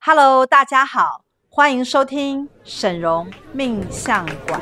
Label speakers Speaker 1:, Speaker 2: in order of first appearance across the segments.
Speaker 1: Hello，大家好，欢迎收听沈荣命相馆。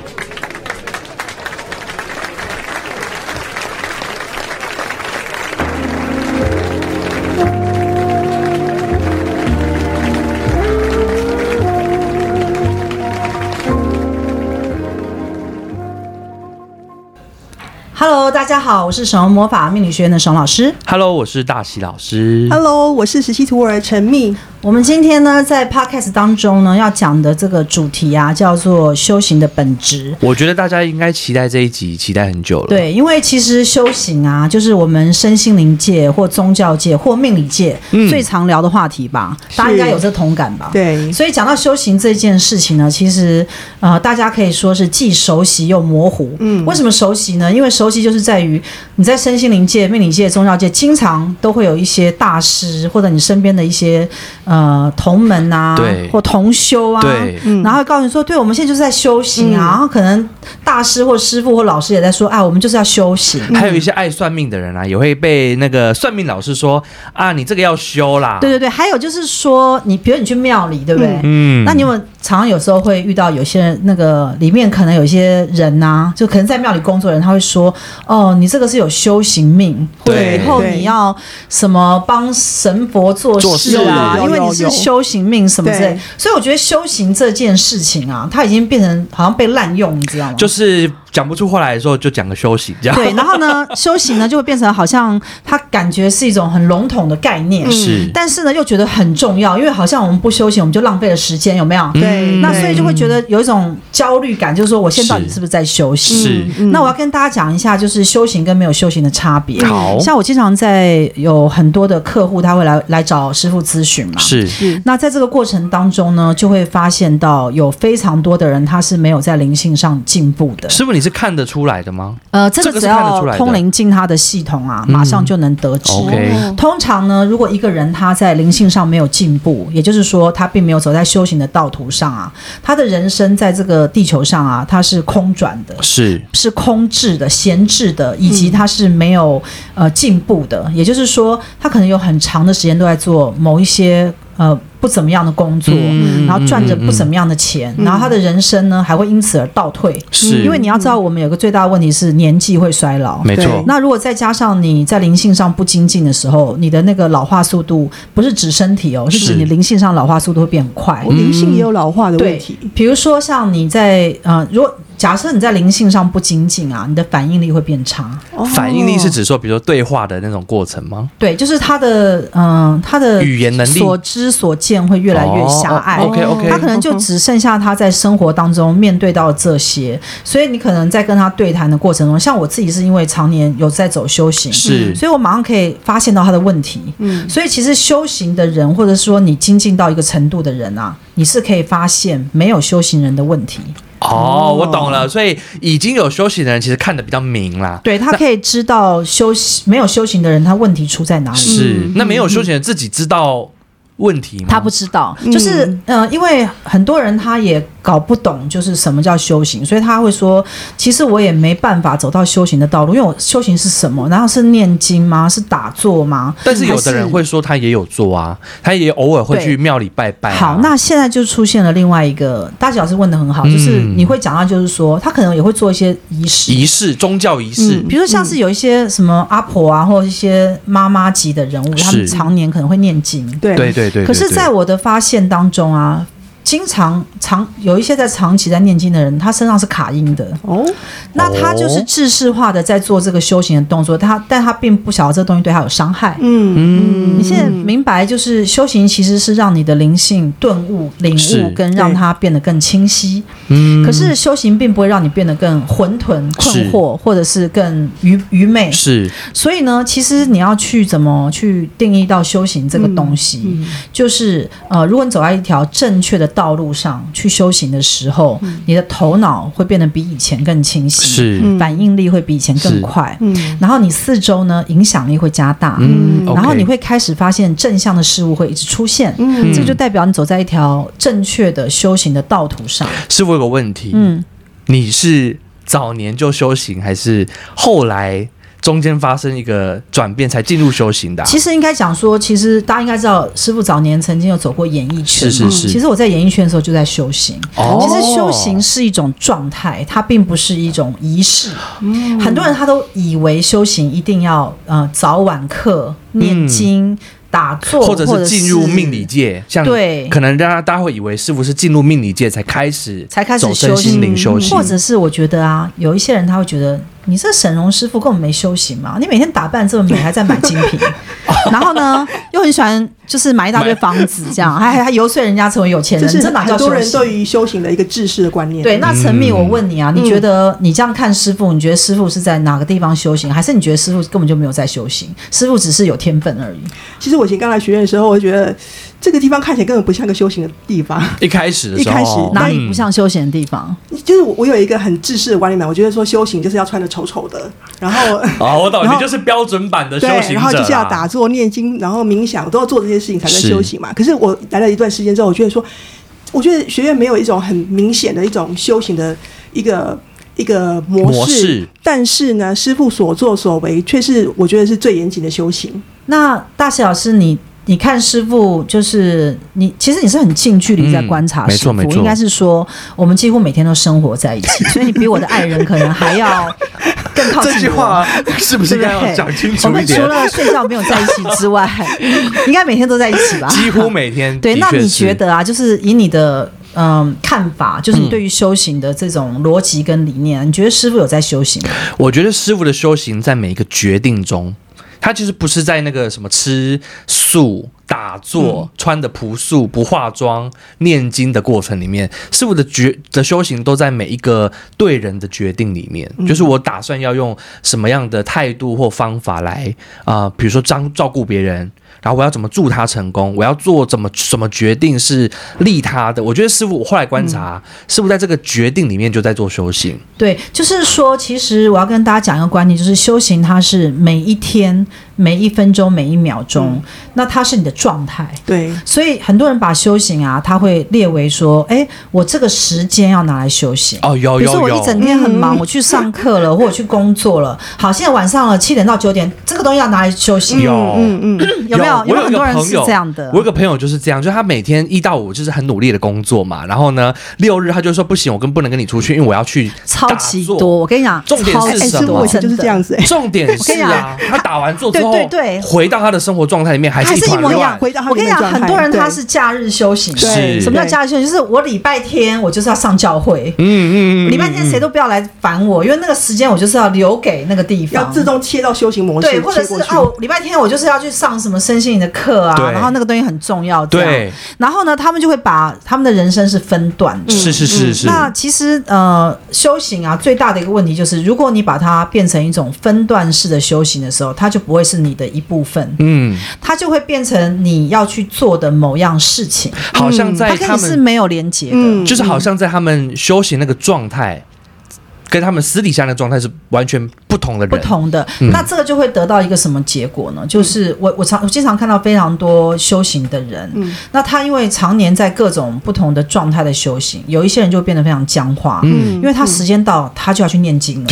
Speaker 1: Hello，大家好，我是沈荣魔法命理学院的沈老师。
Speaker 2: Hello，我是大喜老师。
Speaker 3: Hello，我是实习徒儿陈蜜。
Speaker 1: 我们今天呢，在 podcast 当中呢，要讲的这个主题啊，叫做修行的本质。
Speaker 2: 我觉得大家应该期待这一集，期待很久了。，
Speaker 1: 对，因为其实修行啊，就是我们身心灵界或宗教界或命理界、最常聊的话题吧，大家应该有这同感吧？。
Speaker 3: 对，
Speaker 1: 所以讲到修行这件事情呢，其实呃，大家可以说是既熟悉又模糊。嗯，为什么熟悉呢？因为熟悉就是在于你在身心灵界、命理界、宗教界，经常都会有一些大师或者你身边的一些呃同门啊
Speaker 2: 对，
Speaker 1: 或同修啊，
Speaker 2: 对嗯
Speaker 1: 然后会告诉你说，对，我们现在就是在修行啊。然后可能大师或师傅或老师也在说，哎，我们就是要修行。
Speaker 2: 还有一些爱算命的人啊，也会被那个算命老师说啊，你这个要修啦。
Speaker 1: 对，对对，还有就是说，你比如你去庙里，对不对？
Speaker 2: 嗯
Speaker 1: 那你有没有常常有时候会遇到有些人，那个里面可能有一些人呐、就可能在庙里工作的人，他会说：“哦，你这个是有修行命，或者
Speaker 2: 对
Speaker 1: 以后
Speaker 3: 对
Speaker 1: 你要什么帮神佛做
Speaker 2: 做
Speaker 1: 事啊，
Speaker 3: 事
Speaker 1: 因为
Speaker 3: 有有
Speaker 1: 你是
Speaker 3: 有
Speaker 1: 修行命什么之类
Speaker 3: 对。”
Speaker 1: 所以我觉得修行这件事情啊，它已经变成好像被滥用，你知道吗？
Speaker 2: 就是讲不出话来的时候，就讲个休息这样。
Speaker 1: 对，然后 呢，修行呢就会变成好像它感觉是一种很笼统的概念，
Speaker 2: 是，
Speaker 1: 但是呢又觉得很重要，因为好像我们不修行，我们就浪费了时间，有没有？
Speaker 2: 嗯
Speaker 3: 对
Speaker 1: 那所以就会觉得有一种焦虑感，就是说我现在到底
Speaker 2: 是
Speaker 1: 是不是在修行？
Speaker 2: 是
Speaker 3: 嗯
Speaker 1: 那我要跟大家讲一下，就是修行跟没有修行的差别。
Speaker 2: 好
Speaker 1: 像我经常在有很多的客户，他会来来找师傅咨询嘛。
Speaker 2: 是
Speaker 1: 那在这个过程当中呢，就会发现到有非常多的人，他是没有在灵性上进步的。
Speaker 2: 师傅，你是看得出来的吗？
Speaker 1: 呃，这
Speaker 2: 这
Speaker 1: 个
Speaker 2: 个
Speaker 1: 只
Speaker 2: 是看得
Speaker 1: 要
Speaker 2: 出来的嗯
Speaker 1: 通灵进他的系统啊，马上就能得知。
Speaker 2: OK
Speaker 3: 哦
Speaker 1: 通常呢，如果一个人他在灵性上没有进步，也就是说他并没有走在修行的道途上啊，他的人生在这个地球上啊，他是空转的。
Speaker 2: 是
Speaker 1: 是空置的、闲置的，以及他是没有呃进步的，也就是说，他可能有很长的时间都在做某一些呃不怎么样的工作，
Speaker 2: 嗯
Speaker 1: 然后赚着不怎么样的钱，然后他的人生呢还会因此而倒退，
Speaker 2: 是，
Speaker 1: 嗯因为你要知道，我们有个最大的问题是年纪会衰老。
Speaker 2: 没错
Speaker 3: 对，
Speaker 1: 那如果再加上你在灵性上不精进的时候，你的那个老化速度不是指身体哦，是指
Speaker 2: 是
Speaker 1: 你灵性上老化速度会变很快
Speaker 3: 我。灵
Speaker 2: 嗯
Speaker 3: 性也有老化的问
Speaker 1: 对
Speaker 3: 题。，
Speaker 1: 比如说像你在呃，如果假设你在灵性上不精进啊，你的反应力会变差。
Speaker 3: 哦
Speaker 2: 反应力是指说，比如说对话的那种过程吗？
Speaker 1: 对，就是他的嗯、呃他的
Speaker 2: 语言能力哦
Speaker 1: 所知所见会越来越狭隘。
Speaker 2: OK
Speaker 1: 他
Speaker 2: OK，
Speaker 1: 可能就只剩下他在生活当中面对到的这些，所以你可能在跟他对谈的过程中，像我自己是因为常年有在走修行，
Speaker 2: 是
Speaker 1: 所以我马上可以发现到他的问题。嗯，所以其实修行的人，或者说你精进到一个程度的人啊，你是可以发现没有修行人的问题。
Speaker 2: 哦，我懂了。所以已经有休息的人，其实看得比较明啦。
Speaker 1: 对他可以知道修行没有修行的人，他问题出在哪里。
Speaker 2: 是，那没有休息的人自己知道问题吗？
Speaker 1: 嗯他不知道，就是嗯、呃，因为很多人他也搞不懂，就是什么叫修行，所以他会说，其实我也没办法走到修行的道路，因为我修行是什么？然后是念经吗？是打坐吗？
Speaker 2: 但是有的
Speaker 1: 还
Speaker 2: 人
Speaker 1: 是
Speaker 2: 会说他也有做啊，他也偶尔会
Speaker 1: 对
Speaker 2: 去庙里拜拜啊、
Speaker 1: 好，那现在就出现了另外一个，大姐老师问的很好，就是
Speaker 2: 嗯
Speaker 1: 你会讲到，就是说他可能也会做一些仪式，
Speaker 2: 仪式宗教仪式、
Speaker 1: 比如说像是有一些什么阿婆啊，或者一些妈妈级的人物，
Speaker 2: 是
Speaker 1: 他们常年可能会念经，
Speaker 3: 对
Speaker 2: 对对对对
Speaker 1: 可是，在我的发现当中啊，经常长有一些在长期在念经的人，他身上是卡音的，
Speaker 3: 哦，
Speaker 1: 那他
Speaker 2: 哦
Speaker 1: 就是制式化的在做这个修行的动作，他但他并不晓得这东西对他有伤害。
Speaker 3: 嗯
Speaker 1: 你现在明白，就是修行其实是让你的灵性顿悟、领
Speaker 2: 是
Speaker 1: 悟，跟让它变得更清晰。
Speaker 2: 嗯
Speaker 1: 可是修行并不会让你变得更混沌、困
Speaker 2: 是
Speaker 1: 惑，或者是更愚愚昧。
Speaker 2: 是
Speaker 1: 所以呢，其实你要去怎么去定义到修行这个东西，
Speaker 3: 嗯
Speaker 1: 就是呃，如果你走在一条正确的道路上去修行的时候，你的头脑会变得比以前更清晰，
Speaker 2: 是，
Speaker 3: 嗯
Speaker 1: 反应力会比以前更
Speaker 2: 是
Speaker 1: 快，
Speaker 3: 嗯
Speaker 1: 然后你四周呢影响力会加大，
Speaker 2: 嗯，
Speaker 1: 然后
Speaker 2: OK
Speaker 1: 你会开始发现正向的事物会一直出现，
Speaker 3: 嗯
Speaker 1: 这就代表你走在一条正确的修行的道途上。
Speaker 2: 师傅有个问题，
Speaker 1: 嗯，
Speaker 2: 你是早年就修行，还是后来中间发生一个转变才进入修行的啊、
Speaker 1: 其实应该讲说，其实大家应该知道，师傅早年曾经有走过演艺圈
Speaker 2: 是
Speaker 1: 嘛。
Speaker 2: 是是，
Speaker 1: 其实我在演艺圈的时候就在修行。
Speaker 2: 哦
Speaker 1: 其实修行是一种状态，它并不是一种仪式。很多人他都以为修行一定要呃早晚课、念经、打坐，
Speaker 2: 嗯或
Speaker 1: 或
Speaker 2: 者是进入命理界，像
Speaker 1: 对
Speaker 2: 可能大家大家会以为是不是进入命理界才开始
Speaker 1: 才开始
Speaker 2: 走身
Speaker 1: 修行
Speaker 2: 心灵修行，
Speaker 1: 或者是我觉得啊，有一些人他会觉得你这沈荣师傅根本没修行嘛，你每天打扮这么美，还在买精 品，然后呢又很喜欢就是买一大堆房子这 样，还还还游说人家成为有钱
Speaker 3: 这
Speaker 1: 人，
Speaker 3: 是
Speaker 1: 这哪
Speaker 3: 很
Speaker 1: 叫
Speaker 3: 多
Speaker 1: 修
Speaker 3: 人
Speaker 1: 行？
Speaker 3: 对于修行的一个制式的观念。
Speaker 1: 对，那陈密，我问你啊，
Speaker 3: 嗯
Speaker 1: 你觉得你这样看师傅，你觉得师傅是在哪个地方修行，还是你觉得师傅根本就没有在修行？师傅只是有天分而已。
Speaker 3: 其实我以前刚来学院的时候，我就觉得这个地方看起来根本不像个修行的地方。
Speaker 2: 一开始的时候哦
Speaker 3: 一开始
Speaker 1: 哪里不像修行的地方？
Speaker 3: 就是我我有一个很制式的观念嘛，我觉得说修行就是要穿的丑丑的，然后。
Speaker 2: 哦，我懂，
Speaker 3: 然
Speaker 2: 你
Speaker 3: 后
Speaker 2: 就是标准版的修
Speaker 3: 对
Speaker 2: 行者，啊
Speaker 3: 然后就是要打，坐、念经，然后冥想，都要做这些事情才能
Speaker 2: 是
Speaker 3: 修行嘛。可是我来了一段时间之后，我觉得说，我觉得学院没有一种很明显的一种修行的一个一个模式，
Speaker 2: 模式
Speaker 3: 但是呢，师傅所作所为却是我觉得是最严谨的修行。
Speaker 1: 那大喜老师，你你看师傅，就是你，其实你是很近距离在观察
Speaker 2: 嗯没
Speaker 1: 师
Speaker 2: 错
Speaker 1: 傅，
Speaker 2: 没错
Speaker 1: 应该是说我们几乎每天都生活在一 起，所以你比我的爱人可能还要更靠近我。
Speaker 2: 是不
Speaker 1: 对不对？我们除了睡觉没有在一起之 外，应该每天都在一起吧？
Speaker 2: 几乎每天
Speaker 1: 对，
Speaker 2: 的
Speaker 1: 那
Speaker 2: 确
Speaker 1: 你
Speaker 2: 是
Speaker 1: 觉得啊，就是以你的嗯看法，就是你对于修行的这种逻辑跟理念，啊你觉得师傅有在修行吗？
Speaker 2: 我觉得师傅的修行在每一个决定中，他其实不是在那个什么吃素、打坐、
Speaker 1: 嗯
Speaker 2: 穿的朴素、不化妆、念经的过程里面，师傅的决的修行都在每一个对人的决定里面，
Speaker 1: 嗯
Speaker 2: 就是我打算要用什么样的态度或方法来啊、比如说张照顾别人。然后我要怎么助他成功？我要做怎么什么决定是利他的？我觉得师傅，我后来观察，
Speaker 1: 嗯
Speaker 2: 师傅在这个决定里面就在做修行。
Speaker 1: 对，就是说，其实我要跟大家讲一个观念，就是修行它是每一天、每一分钟、每一秒钟，
Speaker 2: 嗯
Speaker 1: 那它是你的状态。
Speaker 3: 对，
Speaker 1: 所以很多人把修行啊，他会列为说，哎，我这个时间要拿来修行。
Speaker 2: 哦，有
Speaker 1: 比如
Speaker 2: 有
Speaker 1: 说
Speaker 2: 有，嗯
Speaker 1: 我一整天很忙，我去上课了，或者去工作了。好，现在晚上了，七点到九点，这个东西要拿来休息，
Speaker 2: 有
Speaker 3: 嗯嗯，
Speaker 1: 有没有？没
Speaker 2: 我有
Speaker 1: 有
Speaker 2: 一
Speaker 1: 很
Speaker 2: 个
Speaker 1: 多人
Speaker 2: 朋
Speaker 1: 是
Speaker 2: 友
Speaker 1: 这样的
Speaker 2: 我？有个朋友就是这样，就他每天一到五就是很努力的工作嘛，然后呢，六日他就说不行，我跟不能跟你出去，因为我要去
Speaker 1: 嗯超
Speaker 2: 打
Speaker 1: 级
Speaker 2: 坐
Speaker 1: 多，。我跟你讲，
Speaker 2: 重点
Speaker 1: 超
Speaker 2: 是
Speaker 1: 级
Speaker 3: 哎，
Speaker 2: 什
Speaker 3: 师傅
Speaker 2: 么
Speaker 3: 我
Speaker 1: 多
Speaker 3: 以前就是这 样子，哎，
Speaker 2: 重点
Speaker 1: 我跟你
Speaker 2: 是啊，他打完坐之后，
Speaker 1: 对对对
Speaker 2: 回到他的生活状态里面还
Speaker 1: 还
Speaker 2: 一
Speaker 1: 是一
Speaker 2: 团
Speaker 1: 模一
Speaker 2: 乱
Speaker 1: 样。
Speaker 3: 回到他
Speaker 1: 我跟你讲，
Speaker 3: 们的
Speaker 1: 很
Speaker 3: 状态
Speaker 1: 多人他
Speaker 3: 对
Speaker 1: 是假日修行，
Speaker 2: 是
Speaker 3: 对
Speaker 1: 什么叫假日休息？就是我礼拜天我就是要上教会，
Speaker 2: 嗯嗯嗯，
Speaker 1: 礼拜天谁都不要来烦我，因为那个时间我就是要留给那个地
Speaker 3: 要
Speaker 1: 方。
Speaker 3: 自动切到修行模式，
Speaker 1: 对，或者
Speaker 3: 切
Speaker 1: 是
Speaker 3: 过去
Speaker 1: 啊，我礼拜天我就是要去上什么身心灵的课啊
Speaker 2: 对，
Speaker 1: 然后那个东西很重要，这样。
Speaker 2: 对，
Speaker 1: 然后呢，他们就会把他们的人生是分段的。
Speaker 2: 嗯是是是是，
Speaker 1: 嗯那其实呃，修行啊，最大的一个问题就是，如果你把它变成一种分段式的修行的时候，它就不会是你的一部分，
Speaker 2: 嗯，
Speaker 1: 它就会变成你要去做的某样事情，
Speaker 2: 好像在
Speaker 1: 它嗯跟
Speaker 2: 他
Speaker 1: 你是
Speaker 2: 们，
Speaker 1: 没有连接的。
Speaker 3: 嗯
Speaker 2: 就是好像在他们修行那个状态，跟他们私底下那个状态是完全不同的人，嗯
Speaker 1: 不同的，那这个就会得到一个什么结果呢？就是我我常我经常看到非常多修行的人，
Speaker 3: 嗯
Speaker 1: 那他因为常年在各种不同的状态的修行，有一些人就变得非常僵化，
Speaker 2: 嗯
Speaker 1: 因为他时间到，他就要去念 经了，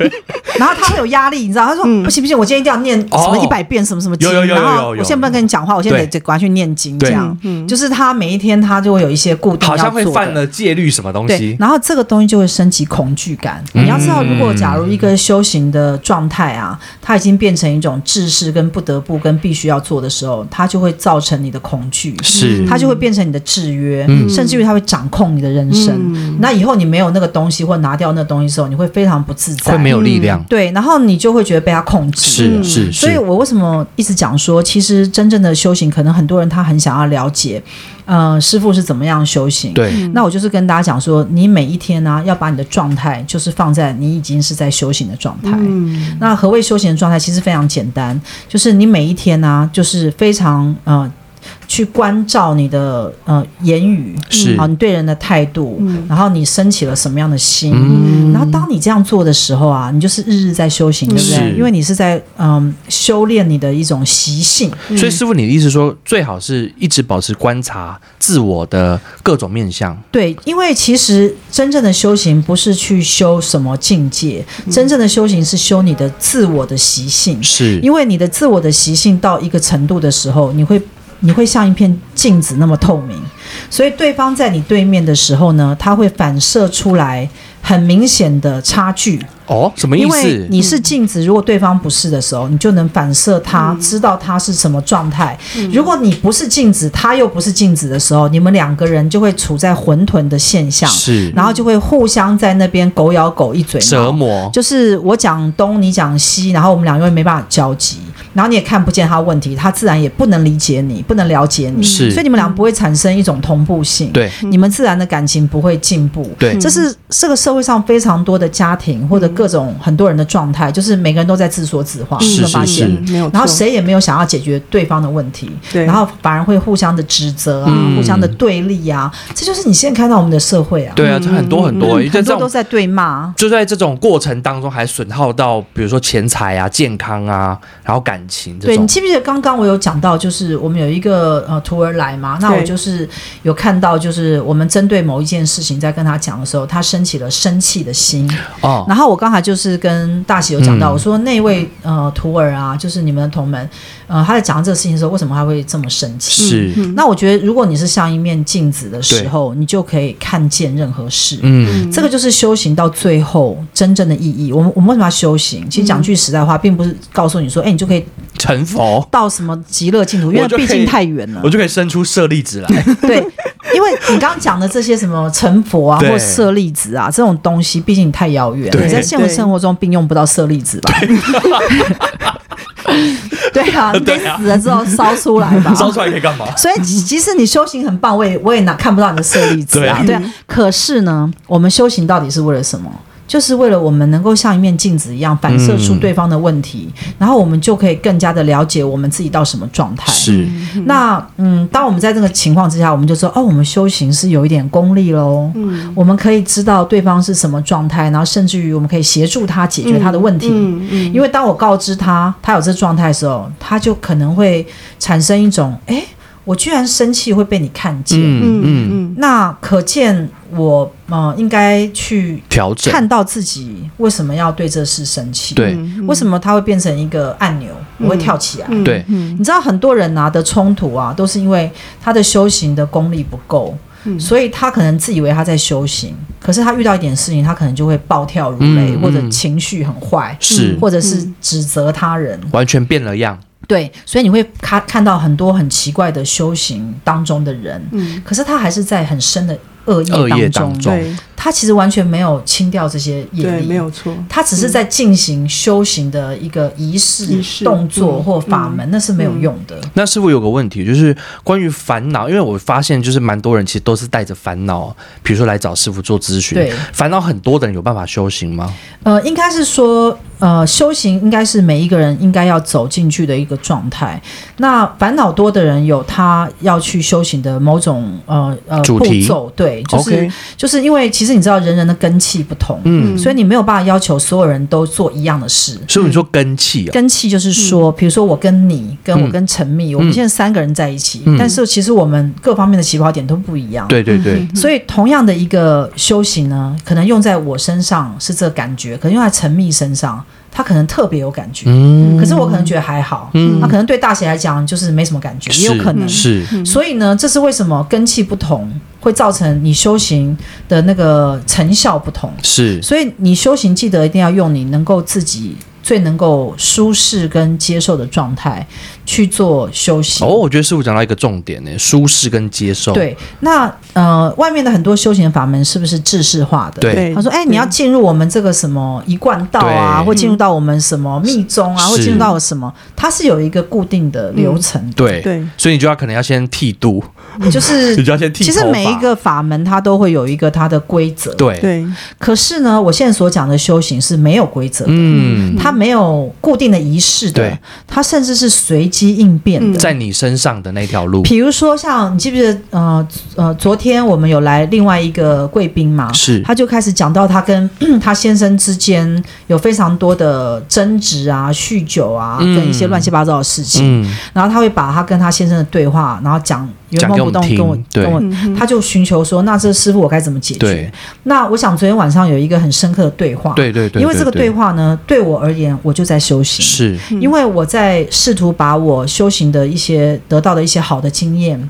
Speaker 1: 然后他会有压力，你知道？他说、
Speaker 3: 嗯
Speaker 1: 不行不行，我今天一定要念什么
Speaker 2: 哦
Speaker 1: 一百遍什么什么经，
Speaker 2: 有有有有有
Speaker 1: 然后我现在不能跟你讲话，我现在得得赶快去念经，
Speaker 2: 对
Speaker 1: 这样，
Speaker 3: 嗯嗯
Speaker 1: 就是他每一天他就会有一些固定
Speaker 2: 好
Speaker 1: 要
Speaker 2: 像会
Speaker 1: 做
Speaker 2: 犯
Speaker 1: 的。
Speaker 2: 了戒律什么东
Speaker 1: 对
Speaker 2: 西，，嗯
Speaker 1: 然后这个东西就会升级恐惧感。你要知道，如果假如一个修行的状态啊，它已经变成一种制式跟不得不跟必须要做的时候，它就会造成你的恐惧。
Speaker 2: 是
Speaker 1: 它就会变成你的制约，
Speaker 2: 嗯
Speaker 1: 甚至于它会掌控你的人生。
Speaker 3: 嗯
Speaker 1: 那以后你没有那个东西或拿掉那东西的时候，你会非常不自在，
Speaker 2: 会没有力量，
Speaker 1: 对，然后你就会觉得被它控制。
Speaker 2: 是是是，
Speaker 1: 嗯所以我为什么一直讲说，其实真正的修行，可能很多人他很想要了解，呃，师傅是怎么样修行。
Speaker 2: 对。
Speaker 1: 那我就是跟大家讲说，你每一天呢、要把你的状态就是放在你已经是在修行的状态。
Speaker 3: 嗯
Speaker 1: 那何谓修行的状态？其实非常简单，就是你每一天呢、就是非常呃。去关照你的呃言语，啊
Speaker 2: 是
Speaker 1: 好，你对人的态度，
Speaker 3: 嗯
Speaker 1: 然后你升起了什么样的心。
Speaker 2: 嗯
Speaker 1: 然后当你这样做的时候啊，你就是日日在修行，对不对？
Speaker 2: 是
Speaker 1: 因为你是在嗯修炼你的一种习性。
Speaker 2: 所以师傅，你的意思说，最好是一直保持观察自我的各种面相，
Speaker 1: 对，因为其实真正的修行不是去修什么境界，真正的修行是修你的自我的习性。
Speaker 2: 是
Speaker 1: 嗯因为你的自我的习性到一个程度的时候，你会你会像一片镜子那么透明，所以对方在你对面的时候呢，他会反射出来很明显的差距。
Speaker 2: 哦，什么意
Speaker 1: 因为
Speaker 2: 思？
Speaker 1: 你是镜子，如果对方不是的时候，你就能反射他，知道他是什么状态。如果你不是镜子，他又不是镜子的时候，你们两个人就会处在混沌的现象，
Speaker 2: 是
Speaker 1: 然后就会互相在那边狗咬狗一嘴毛
Speaker 2: 折磨，
Speaker 1: 就是我讲东，你讲西，然后我们俩因为没办法交集，然后你也看不见他问题，他自然也不能理解你，不能了解你，
Speaker 2: 是
Speaker 1: 所以你们俩不会产生一种同步性，，
Speaker 2: 对
Speaker 1: 你们自然的感情不会进步。
Speaker 2: 对，
Speaker 1: 这是这个社会上非常多的家庭或者各种很多人的状态，就是每个人都在自说自话，
Speaker 2: 是
Speaker 1: 你有没有发
Speaker 2: 是
Speaker 1: 现？
Speaker 2: 是
Speaker 3: 嗯没有错，
Speaker 1: 然后谁也没有想要解决对方的问题，
Speaker 3: 对，
Speaker 1: 然后反而会互相的指责啊，
Speaker 2: 嗯
Speaker 1: 互相的对立啊，这就是你现在看到我们的社会啊，
Speaker 2: 对啊，这很多很多，
Speaker 1: 嗯
Speaker 2: 因为在
Speaker 1: 很
Speaker 2: 这
Speaker 1: 多都
Speaker 2: 种
Speaker 1: 在对骂。
Speaker 2: 就在这种过程当中，还损耗到比如说钱财啊、健康啊，然后感情这
Speaker 1: 对你
Speaker 2: 种，
Speaker 1: 记不记得刚刚我有讲到，就是我们有一个呃徒儿来嘛，那我
Speaker 3: 对
Speaker 1: 就是有看到，就是我们针对某一件事情在跟他讲的时候，他升起了生气的心。
Speaker 2: 哦，
Speaker 1: 然后我刚才就是跟大喜有讲到，
Speaker 2: 嗯
Speaker 1: 我说那位呃徒儿啊，就是你们的同门，呃，他在讲到这个事情的时候，为什么他会这么生气？
Speaker 2: 是，
Speaker 1: 那我觉得，如果你是像一面镜子的时候，你就可以看见任何事。
Speaker 2: 嗯，
Speaker 1: 这个就是修行到最后真正的意义。我们我们为什么要修行？其实
Speaker 2: 嗯
Speaker 1: 讲句实在话，并不是告诉你说，哎，你就可以
Speaker 2: 成佛，
Speaker 1: 到什么极乐净土，因为
Speaker 2: 我就可
Speaker 1: 毕
Speaker 2: 以
Speaker 1: 竟太远了
Speaker 2: 我。就可以生出舍利子 来，
Speaker 1: 对，因为你刚刚讲的这些什么成佛啊，
Speaker 2: 对
Speaker 1: 或舍利子啊，这种东西，毕竟太遥远了，
Speaker 2: 对
Speaker 1: 你在现实
Speaker 3: 对
Speaker 1: 生活中并用不到舍利子 吧？对啊，你得
Speaker 2: 对啊
Speaker 1: 死了之后烧出来吧。
Speaker 2: 烧出来可以干嘛？
Speaker 1: 所以，即使你修行很棒，我也我也拿看不到你的舍利子啊，
Speaker 2: 对
Speaker 1: 对啊。可是呢，我们修行到底是为了什么？就是为了我们能够像一面镜子一样反射出
Speaker 2: 嗯
Speaker 1: 对方的问题，然后我们就可以更加的了解我们自己到什么状态。
Speaker 2: 是，
Speaker 1: 那嗯，当我们在这个情况之下，我们就说哦，我们修行是有一点功利喽。
Speaker 3: 嗯
Speaker 1: 我们可以知道对方是什么状态，然后甚至于我们可以协助他解决他的问题。
Speaker 3: 嗯嗯，
Speaker 1: 因为当我告知他他有这状态的时候，他就可能会产生一种，哎，我居然生气会被你看见。
Speaker 2: 嗯嗯，
Speaker 3: 嗯
Speaker 1: 那可见我呃应该去
Speaker 2: 调整，
Speaker 1: 看到自己为什么要对这事生气，
Speaker 2: 对
Speaker 3: 嗯
Speaker 1: 为什么它会变成一个按钮，我会跳起来。
Speaker 3: 嗯
Speaker 2: 对
Speaker 3: 嗯
Speaker 1: 你知道很多人啊的冲突啊，都是因为他的修行的功力不够，
Speaker 3: 嗯
Speaker 1: 所以他可能自以为他在修行，可是他遇到一点事情，他可能就会暴跳如雷，
Speaker 2: 嗯
Speaker 1: 或者
Speaker 2: 嗯
Speaker 1: 情绪很坏，
Speaker 2: 是
Speaker 1: 或者是
Speaker 3: 嗯
Speaker 1: 指责他人。
Speaker 2: 完全变了样，
Speaker 1: 对，所以你会看看到很多很奇怪的修行当中的人，
Speaker 3: 嗯
Speaker 1: 可是他还是在很深的恶
Speaker 2: 恶业
Speaker 1: 业当
Speaker 2: 当
Speaker 1: 中，
Speaker 2: 中
Speaker 3: 对
Speaker 1: 他其实完全没有清掉这些业
Speaker 3: 对
Speaker 1: 力，
Speaker 3: 没有错，
Speaker 1: 他只是在进行修行的一个仪式、
Speaker 3: 仪式
Speaker 1: 动作
Speaker 3: 嗯
Speaker 1: 或法门，那是没有用的。
Speaker 2: 那师傅有个问题，就是关于烦恼，因为我发现就是蛮多人其实都是带着烦恼，比如说来找师傅做咨询
Speaker 1: 对。
Speaker 2: 烦恼很多的人有办法修行吗？
Speaker 1: 呃，应该是说，呃，修行应该是每一个人应该要走进去的一个状态。那烦恼多的人有他要去修行的某种呃呃
Speaker 2: 主
Speaker 1: 步
Speaker 2: 题
Speaker 1: 骤，对，就是
Speaker 2: OK
Speaker 1: 就是因为其实你知道人人的根气不同，
Speaker 2: 嗯，
Speaker 1: 所以你没有办法要求所有人都做一样的事。
Speaker 2: 师傅你说根气啊，
Speaker 1: 根气就是说，比如说我跟你，跟我跟陈密，我们现在三个人在一起，
Speaker 2: 嗯
Speaker 1: 但是其实我们各方面的起跑点都不一样。
Speaker 2: 对对对
Speaker 3: 嗯，
Speaker 1: 所以，同样的一个修行呢，可能用在我身上是这个感觉，可能用在陈密身上，他可能特别有感觉。
Speaker 2: 嗯
Speaker 1: 可是我可能觉得还好，
Speaker 2: 嗯
Speaker 1: 啊他可能对大写来讲就是没什么感觉，也有可能。
Speaker 2: 是是
Speaker 1: 所以呢，这是为什么根气不同会造成你修行的那个成效不同。
Speaker 2: 是
Speaker 1: 所以你修行记得一定要用你能够自己最能够舒适跟接受的状态去做修行。
Speaker 2: 哦，我觉得师傅讲到一个重点呢，舒适跟接受。，
Speaker 1: 对，那呃，外面的很多修行法门是不是制式化的？
Speaker 2: 对
Speaker 1: 他说：“哎、你要进入我们这个什么一贯道啊，
Speaker 2: 对嗯
Speaker 1: 或进入到我们什么密宗啊，
Speaker 2: 是
Speaker 1: 或进入到什么，它是有一个固定的流程。
Speaker 2: 对
Speaker 3: 对
Speaker 2: 所以你就要可能要先剃度，
Speaker 1: 就是
Speaker 2: 你就要先剃
Speaker 1: 嗯其实
Speaker 2: 头
Speaker 1: 每一
Speaker 2: 发
Speaker 1: 个法门它都会有一个它的规则，
Speaker 2: 对，
Speaker 3: 对，
Speaker 1: 可是呢，我现在所讲的修行是没有规则的，
Speaker 2: 嗯，
Speaker 1: 它没有固定的仪式的
Speaker 2: 对，嗯
Speaker 1: 它甚至是随机应变的。
Speaker 2: 在你身上的那条路
Speaker 1: 比如说像你记不记得呃呃，昨天我们有来另外一个贵宾嘛，
Speaker 2: 是
Speaker 1: 他就开始讲到他跟 他先生之间有非常多的争执啊、酗酒啊，
Speaker 2: 嗯
Speaker 1: 跟一些乱七八糟的事情。
Speaker 2: 嗯，
Speaker 1: 然后他会把他跟他先生的对话，然后讲原
Speaker 2: 讲
Speaker 1: 封
Speaker 2: 给
Speaker 1: 不
Speaker 2: 我们
Speaker 1: 动
Speaker 2: 听
Speaker 1: 跟我
Speaker 2: 对
Speaker 1: 跟我，
Speaker 3: 嗯
Speaker 1: 他就寻求说，那这师傅我该怎么解决
Speaker 2: 对？
Speaker 1: 那我想昨天晚上有一个很深刻的对话，
Speaker 2: 对对对，
Speaker 1: 因为这个对
Speaker 2: 对
Speaker 1: 话呢，对我而言我就在修行，
Speaker 2: 是
Speaker 1: 因为我在试图把我修行的一些得到的一些好的经验，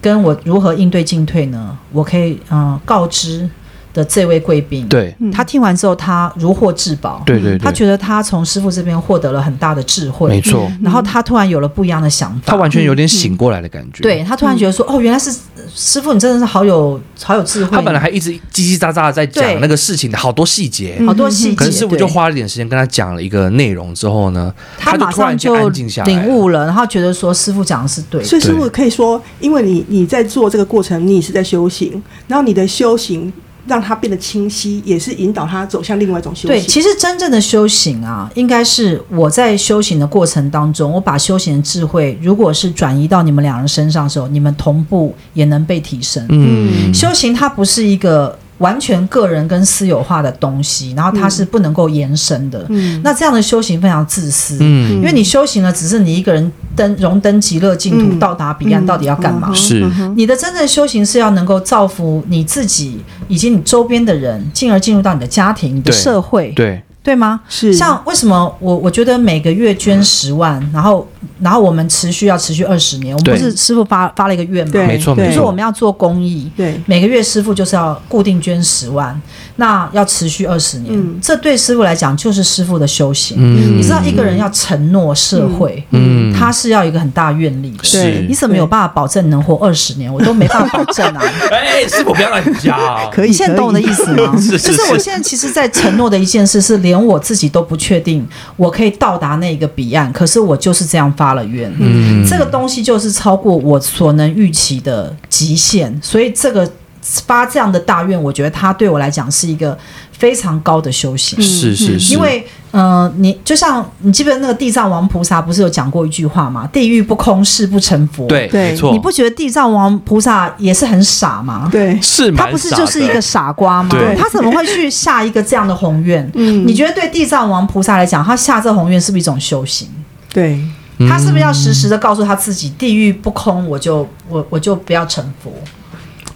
Speaker 1: 跟我如何应对进退呢，我可以嗯、呃告知的这位贵宾，
Speaker 2: 对
Speaker 3: 嗯
Speaker 1: 他听完之后他如获至宝，
Speaker 2: 对对，
Speaker 1: 嗯他
Speaker 2: 对
Speaker 1: 觉得他从师傅这边获得了很大的智
Speaker 2: 没
Speaker 1: 慧，
Speaker 2: 错，
Speaker 3: 嗯
Speaker 1: 然后他突然有了不一样的想
Speaker 2: 他
Speaker 1: 法。
Speaker 2: 完嗯全有点醒过来的感觉。
Speaker 1: 嗯对他突然觉得说，哦，原来是师傅，你真的是好有好有智慧。
Speaker 2: 他本来还一直叽叽喳喳的在
Speaker 1: 对
Speaker 2: 讲那个事情的好多细节，
Speaker 1: 好多细节，
Speaker 2: 嗯可能师傅
Speaker 1: 对
Speaker 2: 就花了一点时间跟他讲了一个内容之后呢，
Speaker 1: 他
Speaker 2: 他就
Speaker 1: 马
Speaker 2: 突
Speaker 1: 上
Speaker 2: 然间
Speaker 1: 就
Speaker 2: 安静下来了
Speaker 1: 领悟了，然后觉得说师傅讲的是对的。
Speaker 3: 所以师傅可以说，因为你你在做这个过程，你也是在修行，然后你的修行让他变得清晰，也是引导他走向另外一种修
Speaker 1: 对，
Speaker 3: 行。
Speaker 1: 其实真正的修行啊，应该是我在修行的过程当中，我把修行的智慧，如果是转移到你们两人身上的时候，你们同步也能被提升。
Speaker 2: 嗯，
Speaker 1: 修行它不是一个完全个人跟私有化的东西，然后它是不能够延伸的。
Speaker 3: 嗯，
Speaker 1: 那这样的修行非常自私，
Speaker 2: 嗯
Speaker 1: 因为你修行了，只是你一个人登荣登极乐净土，
Speaker 3: 嗯
Speaker 1: 到达彼岸，
Speaker 3: 嗯
Speaker 1: 到底要干嘛？
Speaker 3: 嗯哼
Speaker 2: 是
Speaker 3: 嗯哼
Speaker 1: 你的真正修行是要能够造福你自己以及你周边的人，进而进入到你的家庭、你的
Speaker 2: 对
Speaker 1: 社会，
Speaker 2: 对，
Speaker 1: 对吗？
Speaker 3: 是嗯
Speaker 1: 像为什么我我觉得每个月捐十万，然后然后我们持续要持续二十年，我们
Speaker 2: 对
Speaker 1: 不是师傅发发了一个愿吗？
Speaker 3: 对
Speaker 2: 没错
Speaker 3: 对
Speaker 1: 就
Speaker 2: 没
Speaker 1: 是我
Speaker 2: 错，
Speaker 1: 们要做公益，
Speaker 3: 对
Speaker 1: 每个月师傅就是要固定捐十万，那要持续二十年，
Speaker 3: 嗯
Speaker 1: 这对师傅来讲就是师傅的修行。
Speaker 2: 嗯
Speaker 1: 你知道一个人要承诺社会，
Speaker 2: 嗯
Speaker 1: 他是要有一个很大愿力的。
Speaker 2: 是
Speaker 1: 你怎么有办法保证你能活二十年？我都没办法保证啊！
Speaker 2: 哎，师傅不要乱 讲，
Speaker 3: 可以，
Speaker 1: 你现在懂我的意思吗？
Speaker 2: 是是
Speaker 1: 就是我现在其实，在承诺的一件事是，连我自己都不确定我可以到达那个彼岸，可是我就是这样发了愿。
Speaker 2: 嗯
Speaker 1: 这个东西就是超过我所能预期的极限，所以这个发这样的大愿，我觉得它对我来讲是一个非常高的修行。
Speaker 2: 是是
Speaker 1: 嗯
Speaker 2: 是，
Speaker 1: 因为，呃，你就像你记不记得那个地藏王菩萨不是有讲过一句话吗？地狱不空，誓不成佛。
Speaker 2: 对
Speaker 3: 对
Speaker 2: 没错，
Speaker 1: 你不觉得地藏王菩萨也是很傻吗？
Speaker 3: 对，
Speaker 2: 是
Speaker 1: 他
Speaker 2: 蛮
Speaker 1: 不是
Speaker 2: 傻
Speaker 1: 就是一
Speaker 2: 的
Speaker 1: 个傻瓜吗
Speaker 2: 对？
Speaker 1: 他怎么会去下一个这样的宏愿？
Speaker 3: 嗯
Speaker 1: 你觉得对地藏王菩萨来讲，他下这宏愿是不是一种修行？
Speaker 3: 对，
Speaker 1: 他是不是要时时的告诉他自己，地狱不空，我就我我就不要成佛？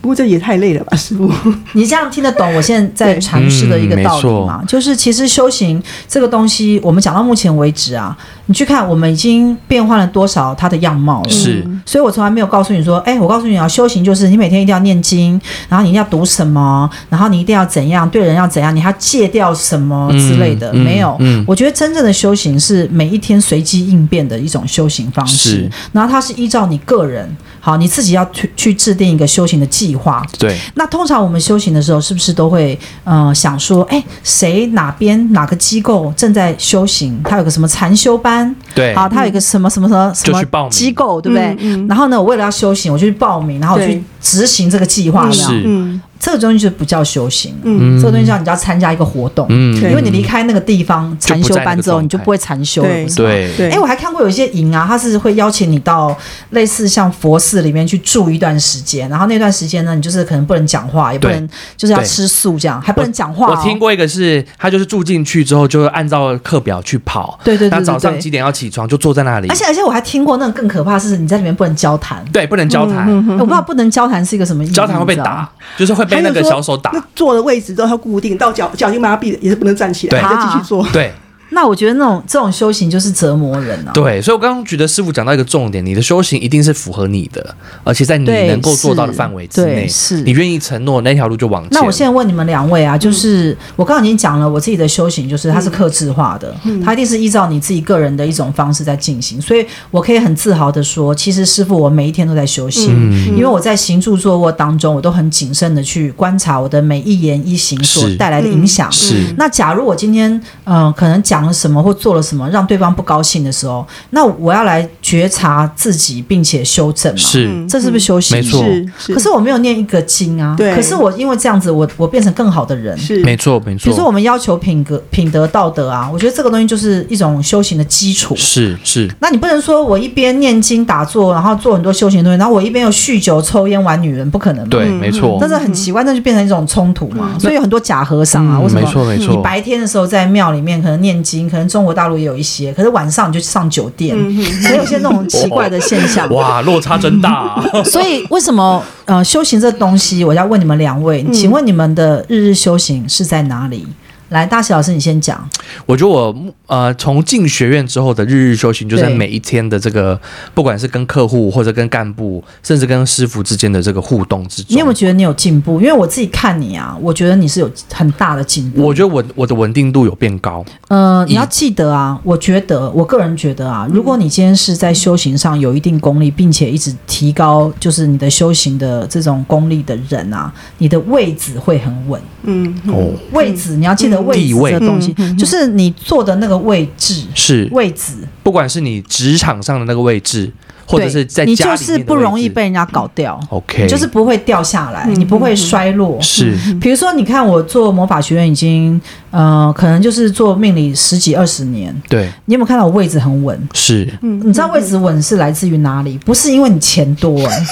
Speaker 3: 不过这也太累了吧，师傅？
Speaker 1: 你这样听得懂我现在在阐释
Speaker 2: 嗯
Speaker 1: 的一个道理吗？就是其实修行这个东西，我们讲到目前为止啊，你去看我们已经变换了多少它的样貌了。
Speaker 2: 是
Speaker 1: 所以我从来没有告诉你说，哎，我告诉你啊，修行就是你每天一定要念经，然后你一定要读什么，然后你一定要怎样对人要怎样，你还要戒掉什么之类的，
Speaker 2: 嗯嗯
Speaker 1: 没有。
Speaker 2: 嗯
Speaker 1: 我觉得真正的修行是每一天随机应变的一种修行方式
Speaker 2: 是，
Speaker 1: 然后它是依照你个人，好，你自己要去去制定一个修行的计划。
Speaker 2: 对
Speaker 1: 那通常我们修行的时候，是不是都会呃想说，哎，谁哪边哪个机构正在修行，它有个什么禅修班，
Speaker 2: 对
Speaker 1: 好，它有一个什么什么什么什
Speaker 2: 哎就去报
Speaker 1: 么
Speaker 2: 名
Speaker 1: 机构，对不对？
Speaker 3: 嗯嗯
Speaker 1: 然后呢，我为了要修行，我就去报名，然后我去
Speaker 3: 对
Speaker 1: 执行这个计划，有没有
Speaker 2: 是
Speaker 3: 嗯
Speaker 1: 这个东西就不叫修行，
Speaker 3: 嗯，
Speaker 1: 这个东西叫你叫参加一个活动，
Speaker 2: 嗯
Speaker 3: 对
Speaker 1: 因为你离开那个地方禅修班之后，
Speaker 2: 就不在那个状态
Speaker 1: 你就不会禅修了，
Speaker 3: 对
Speaker 1: 不是吗？
Speaker 2: 对
Speaker 3: 对，
Speaker 1: 哎，我还看过有一些营啊，他是会邀请你到类似像佛寺里面去住一段时间，然后那段时间呢，你就是可能不能讲话，也不
Speaker 2: 对
Speaker 1: 能就是要
Speaker 2: 对
Speaker 1: 吃素这样，还不能讲话、哦
Speaker 2: 我听过一个是，他就是住进去之后，就按照课表去跑。
Speaker 1: 对对对对
Speaker 2: 那早上
Speaker 1: 对啊
Speaker 2: 几点要起床，就坐在那里
Speaker 1: 而。且而且我还听过那种更可怕的是，你在里面不能交谈。
Speaker 2: 对，不能交谈，
Speaker 3: 嗯
Speaker 1: 哎我不知道不能交谈是一个什么意思，
Speaker 2: 嗯交谈会被
Speaker 1: 你知道吗
Speaker 2: 打，就是会被那个小手打
Speaker 1: 嗯
Speaker 3: 那。坐的位置都要固定，到脚脚筋麻痹的也是不能站起来，
Speaker 2: 对
Speaker 3: 还是继续坐。
Speaker 1: 啊嗯
Speaker 2: 对
Speaker 1: 那我觉得那种这种修行就是折磨人啊。
Speaker 2: 对，所以我刚刚觉得师傅讲到一个重点，你的修行一定是符合你的，而且在你
Speaker 1: 对
Speaker 2: 能够做到的
Speaker 1: 是
Speaker 2: 范围之
Speaker 1: 对
Speaker 2: 内，
Speaker 1: 是
Speaker 2: 你愿意承诺那条路就往前。
Speaker 1: 那我现在问你们两位啊，
Speaker 2: 嗯
Speaker 1: 就是、我刚刚已经讲了，我自己的修行就是它是克制化的，
Speaker 2: 嗯
Speaker 1: 它一定是依照你自己个人的一种方式在进行，所以我可以很自豪的说，其实师傅我每一天都在修行，
Speaker 2: 嗯
Speaker 1: 因为我在行住坐卧当中，我都很谨慎的去观察我的每一言一行所
Speaker 2: 是嗯
Speaker 1: 带来的影响。
Speaker 2: 是
Speaker 1: 那假如我今天，嗯、可能假讲了什么或做了什么让对方不高兴的时候，那我要来觉察自己，并且修正嘛。
Speaker 2: 是
Speaker 3: 嗯
Speaker 1: 这是不是修行？
Speaker 2: 没错
Speaker 3: 是是，
Speaker 1: 可是我没有念一个经啊。
Speaker 3: 对
Speaker 1: 可是我因为这样子，我我变成更好的人。
Speaker 3: 是
Speaker 2: 没错没
Speaker 1: 比如说，
Speaker 2: 错，
Speaker 1: 我们要求品格、品德、道德啊，我觉得这个东西就是一种修行的基础。
Speaker 2: 是是
Speaker 1: 那你不能说我一边念经打坐，然后做很多修行的东西，然后我一边又酗酒、抽烟、玩女人，不可能嘛。
Speaker 2: 对，
Speaker 3: 嗯
Speaker 2: 没错
Speaker 1: 但，是很奇怪，那就变成一种冲突嘛。
Speaker 3: 嗯
Speaker 1: 所以有很多假和尚啊，
Speaker 2: 嗯
Speaker 1: 为什
Speaker 2: 没
Speaker 1: 么？
Speaker 2: 错没
Speaker 1: 你
Speaker 2: 错，
Speaker 1: 白天的时候在庙里面可能念经，可能中国大陆也有一些，可是晚上你就上酒店，
Speaker 3: 嗯哼
Speaker 1: 可能有些那种奇怪的现 象。
Speaker 2: 哇，落差真大 啊，
Speaker 1: 所以为什么呃修行这东西，我要问你们两位，
Speaker 3: 嗯
Speaker 1: 请问你们的日日修行是在哪里？来，大喜老师，你先讲。
Speaker 2: 我觉得我呃，从进学院之后的日日修行，就是
Speaker 1: 对
Speaker 2: 每一天的这个，不管是跟客户或者跟干部，甚至跟师傅之间的这个互动之中，
Speaker 1: 你有没有觉得你有进步？因为我自己看你啊，我觉得你是有很大的进步。
Speaker 2: 我觉得我我的稳定度有变高，
Speaker 1: 呃，你
Speaker 2: 以
Speaker 1: 要记得啊，我觉得，我个人觉得啊，如果你今天是在修行上有一定功力，并且一直提高，就是你的修行的这种功力的人啊，你的位置会很稳。
Speaker 3: 嗯嗯
Speaker 2: 哦
Speaker 1: 位置你要记得位
Speaker 2: 地
Speaker 1: 置
Speaker 2: 位
Speaker 1: 的东西，
Speaker 3: 嗯嗯嗯
Speaker 1: 就是你坐的那个位置，
Speaker 2: 是，
Speaker 1: 位置，
Speaker 2: 不管是你职场上的那个位置，或者
Speaker 1: 对
Speaker 2: 是在
Speaker 1: 你
Speaker 2: 家
Speaker 1: 就
Speaker 2: 里面的
Speaker 1: 是不容易
Speaker 2: 位置嗯
Speaker 1: 被人家搞掉，
Speaker 2: OK，
Speaker 1: 你就是嗯不会掉下来，
Speaker 3: 嗯
Speaker 1: 你不
Speaker 3: 嗯
Speaker 1: 会
Speaker 3: 嗯
Speaker 1: 衰落。
Speaker 2: 是
Speaker 1: 比如说，你看我做魔法学院已经，呃，可能就是做命理十几二十年，
Speaker 2: 对
Speaker 1: 你有没有看到我位置很稳？
Speaker 2: 是
Speaker 3: 嗯
Speaker 1: 你知道位置稳是来自于哪里？不是因为你钱多、哎，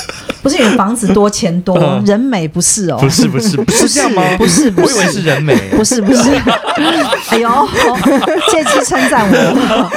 Speaker 1: 不是因为你房子多、钱多
Speaker 2: 嗯、
Speaker 1: 人美，不是哦，
Speaker 2: 不是 不是不是这样吗？
Speaker 1: 不是不
Speaker 2: 我以为
Speaker 1: 是
Speaker 2: 是人美，
Speaker 1: 不是不是，哎呦，借机称赞我。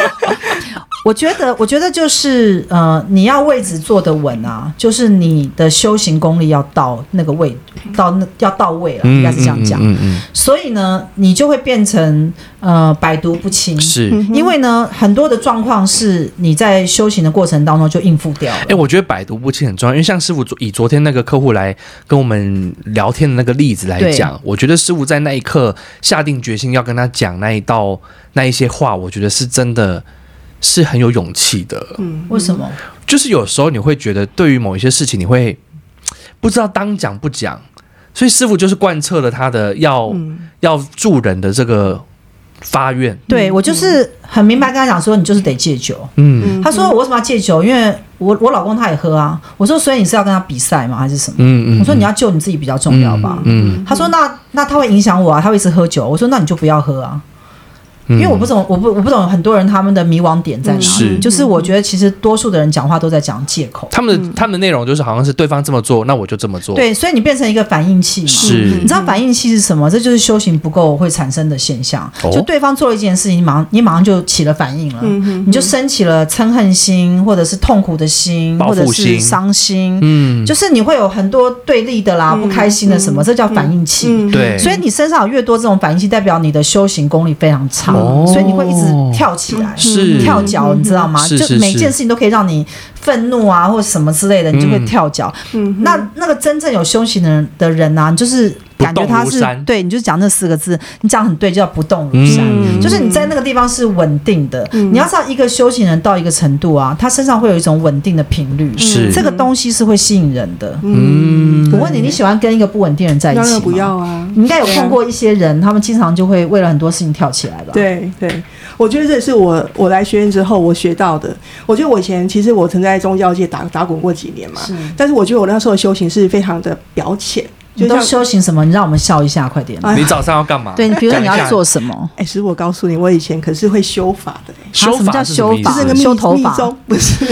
Speaker 1: 我觉得，我觉得就是呃，你要位置坐得稳啊，就是你的修行功力要到那个位，到那要到位了，应该是这样讲。
Speaker 2: 嗯嗯
Speaker 1: 所以呢，你就会变成呃百毒不侵
Speaker 2: 嗯，。是。
Speaker 3: 嗯哼
Speaker 1: 因为呢，很多的状况是你在修行的过程当中就应付掉了。
Speaker 2: 哎、我觉得百毒不侵很重要，因为像师傅昨以昨天那个客户来跟我们聊天的那个例子来讲，我觉得师傅在那一刻下定决心要跟他讲那一道那一些话，我觉得是真的是很有勇气的。
Speaker 3: 嗯
Speaker 1: 为什么？
Speaker 2: 就是有时候你会觉得对于某一些事情，你会不知道当讲不讲，所以师傅就是贯彻了他的要、
Speaker 3: 嗯
Speaker 2: 要助人的这个发愿。
Speaker 1: 对我就是很明白跟他讲说，你就是得戒酒。
Speaker 2: 嗯
Speaker 1: 他说我为什么要戒酒？因为我我老公他也喝啊。我说所以你是要跟他比赛吗？还是什么？
Speaker 2: 嗯嗯，
Speaker 1: 我说你要救你自己比较重要吧。
Speaker 2: 嗯，
Speaker 1: 他说那那他会影响我啊，他会一直喝酒。我说那你就不要喝啊，
Speaker 2: 嗯
Speaker 1: 因为我不懂我不我不懂很多人他们的迷惘点在哪
Speaker 2: 是
Speaker 1: 里。就是我觉得其实多数的人讲话都在讲借口。
Speaker 2: 他们的他们的内容就是好像是对方这么做，那我就这么做。，
Speaker 1: 对，所以你变成一个反应器嘛。
Speaker 2: 嗯
Speaker 3: 嗯
Speaker 2: 是
Speaker 1: 你知道反应器是什么？这就是修行不够会产生的现象。
Speaker 2: 哦
Speaker 1: 就对方做了一件事情，你马上你马上就起了反应了，
Speaker 3: 嗯哼
Speaker 1: 你就升起了嗔恨心，或者是痛苦的心，
Speaker 2: 报
Speaker 1: 或者
Speaker 2: 复
Speaker 1: 是
Speaker 2: 心
Speaker 1: 伤心，
Speaker 2: 嗯，
Speaker 1: 就是你会有很多对立的啦、
Speaker 3: 嗯
Speaker 1: 不开心的什么，
Speaker 3: 嗯
Speaker 1: 这叫反应器。
Speaker 3: 嗯
Speaker 2: 对
Speaker 1: 所以你身上有越多这种反应器，代表你的修行功力非常差，
Speaker 2: 哦
Speaker 1: 所以你会一直跳起来。
Speaker 2: 是
Speaker 1: 跳脚，你知道吗？
Speaker 2: 是是
Speaker 1: 就是每件事情都可以让你愤怒啊，或什么之类的，你就会
Speaker 2: 嗯
Speaker 1: 跳脚。
Speaker 3: 嗯
Speaker 1: 那那个真正有修行的人的人啊，你就是感觉他
Speaker 2: 不动
Speaker 1: 是
Speaker 2: 如山
Speaker 1: 对，你就讲那四个字，你讲很对，就叫不动如山。
Speaker 2: 嗯
Speaker 1: 就是你在那个地方是稳定的，
Speaker 3: 嗯
Speaker 1: 你要让一个修行人到一个程度啊，他身上会有一种稳定的频率，
Speaker 2: 是
Speaker 1: 这个东西是会吸引人的。
Speaker 2: 嗯
Speaker 1: 我问你，你喜欢跟一个不稳定的人在一
Speaker 3: 当
Speaker 1: 起
Speaker 3: 然
Speaker 1: 吗？
Speaker 3: 不要啊，
Speaker 1: 你应该有碰过一些人，他们经常就会为了很多事情跳起来吧？，
Speaker 3: 对对，我觉得这也是我我来学院之后我学到的。我觉得我以前其实我曾在宗教界打打滚过几年嘛，
Speaker 1: 是。
Speaker 3: 但是我觉得我那时候的修行是非常的表浅，
Speaker 1: 你
Speaker 3: 就
Speaker 1: 都
Speaker 3: 像
Speaker 1: 修行什么？你让我们笑一下，快点。
Speaker 3: 哎
Speaker 2: 你早上要干嘛？
Speaker 1: 对，你比如说你
Speaker 2: 讲一
Speaker 1: 要
Speaker 2: 下
Speaker 1: 做啊什么？
Speaker 3: 哎，师傅，我告诉你，我以前可是会修法的、欸。
Speaker 2: 修
Speaker 1: 啊什么
Speaker 2: 法
Speaker 1: 叫
Speaker 2: 是什么
Speaker 1: 修
Speaker 2: 意
Speaker 1: 法
Speaker 2: 思？
Speaker 3: 就是那个
Speaker 1: 修
Speaker 3: 密
Speaker 1: 头
Speaker 3: 密
Speaker 1: 发
Speaker 3: 宗不是，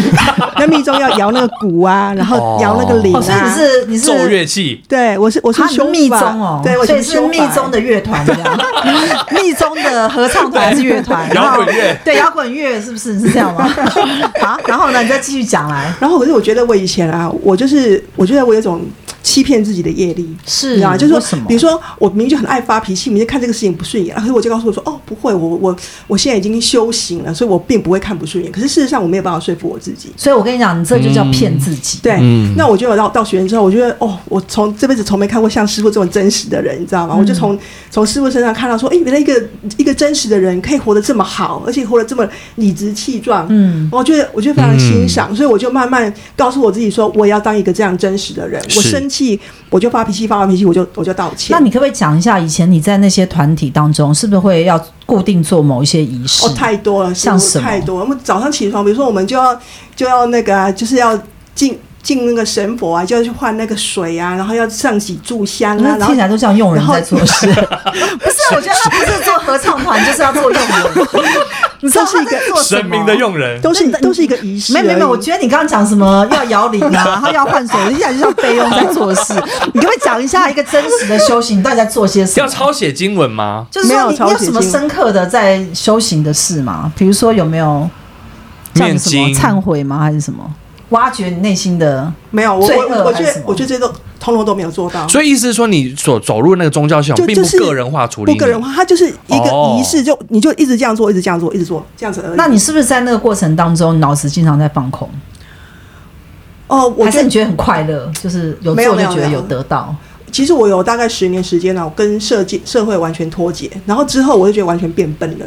Speaker 3: 那密宗要摇那个鼓啊，然后摇那个铃啊。
Speaker 1: 哦，所以你是你是
Speaker 2: 奏乐器，
Speaker 3: 对，我是我是
Speaker 1: 他是
Speaker 3: 修法
Speaker 1: 密宗哦，
Speaker 3: 对，我
Speaker 1: 所以
Speaker 3: 修
Speaker 1: 是
Speaker 3: 法欸
Speaker 1: 密宗的乐团这 样，密宗的合唱团还是乐团，
Speaker 2: 对
Speaker 1: 然后
Speaker 2: 摇滚乐
Speaker 1: 对摇滚乐是不是是这样吗？ 好，然后呢，你再继续讲来，
Speaker 3: 然后可是我觉得我以前啊，我就是我觉得我有一种欺骗自己的业力，
Speaker 1: 是
Speaker 3: 啊，就是
Speaker 1: 为
Speaker 3: 说
Speaker 1: 什么，
Speaker 3: 比如说我明明就很爱发脾气，明明看这个事情不顺眼，可是我就告诉我说，哦，不会，我我我现在已经修行了，所以我并不会看不顺眼。可是事实上我没有办法说服我自己。
Speaker 1: 所以我跟你讲，你这就叫骗自己，
Speaker 3: 对，
Speaker 2: 嗯
Speaker 3: 那我就有到到学院之后，我觉得哦，我从这辈子从没看过像师傅这种真实的人，你知道吗？我就从从师傅身上看到说，哎、原来一个一个真实的人可以活得这么好，而且活得这么理直气壮，
Speaker 1: 嗯，
Speaker 3: 我觉得我觉得非常欣赏，所以我就慢慢告诉我自己说，我也要当一个这样真实的人。
Speaker 2: 是
Speaker 3: 我生气，我就发脾气，发完脾气我就我就道歉。
Speaker 1: 那你可不可以讲一下，以前你在那些团体当中，是不是会要固定做某一些仪式？
Speaker 3: 哦，太多了，
Speaker 1: 像什么
Speaker 3: 太多了。我们早上起床，比如说我们就要就要那个、啊，就是要进进那个神佛啊，就要去换那个水啊，然后要上几炷香啊，
Speaker 1: 那
Speaker 3: 然
Speaker 1: 听
Speaker 3: 后
Speaker 1: 起来都像佣人
Speaker 3: 然后
Speaker 1: 在做 事，不是啊？我觉得他不是做合唱团，就是要做佣 人。你知道他在做什么
Speaker 2: 神明的佣人，
Speaker 3: 都是都是一个仪式而
Speaker 1: 没
Speaker 3: 已。
Speaker 1: 没没，我觉得你刚刚讲什么 要摇铃啊，然后要换手，听起来就像菲佣在做事。你可不可以讲一下一个真实的修行，你到底在做些什
Speaker 2: 要
Speaker 1: 么？
Speaker 2: 抄写经文吗？
Speaker 1: 就是
Speaker 3: 没
Speaker 1: 说
Speaker 3: 有
Speaker 1: 你，你
Speaker 3: 超
Speaker 1: 有
Speaker 3: 级
Speaker 1: 什么
Speaker 3: 经
Speaker 1: 深刻的在修行的事吗？比如说有没有像
Speaker 2: 念
Speaker 1: 什么
Speaker 2: 经
Speaker 1: 忏悔吗？还是什么挖掘你内心的？
Speaker 3: 没有，我
Speaker 1: 罪
Speaker 3: 我
Speaker 1: 恶
Speaker 3: 我
Speaker 1: 还
Speaker 3: 觉
Speaker 1: 是什
Speaker 3: 得
Speaker 1: 么
Speaker 3: 我觉得这都通通都没有做到。
Speaker 2: 所以意思是说，你所走入那个宗教系统，
Speaker 3: 就
Speaker 2: 并
Speaker 3: 就
Speaker 2: 不
Speaker 3: 是
Speaker 2: 个人化处理
Speaker 3: 不
Speaker 2: 你，
Speaker 3: 个人化，它就是一
Speaker 2: 哦
Speaker 3: 个仪式，就你就一直这样做，一直这样做，一直做这样子而已。
Speaker 1: 那你是不是在那个过程当中，脑子经常在放空？
Speaker 3: 哦，我
Speaker 1: 还是
Speaker 3: 觉得
Speaker 1: 你觉得很快乐？就是有
Speaker 3: 没有
Speaker 1: 做就
Speaker 3: 没有
Speaker 1: 觉得
Speaker 3: 没
Speaker 1: 有
Speaker 3: 有
Speaker 1: 得到？
Speaker 3: 其实我有大概十年时间呢，我跟社界社会完全脱节，然后之后我就觉得完全变笨了。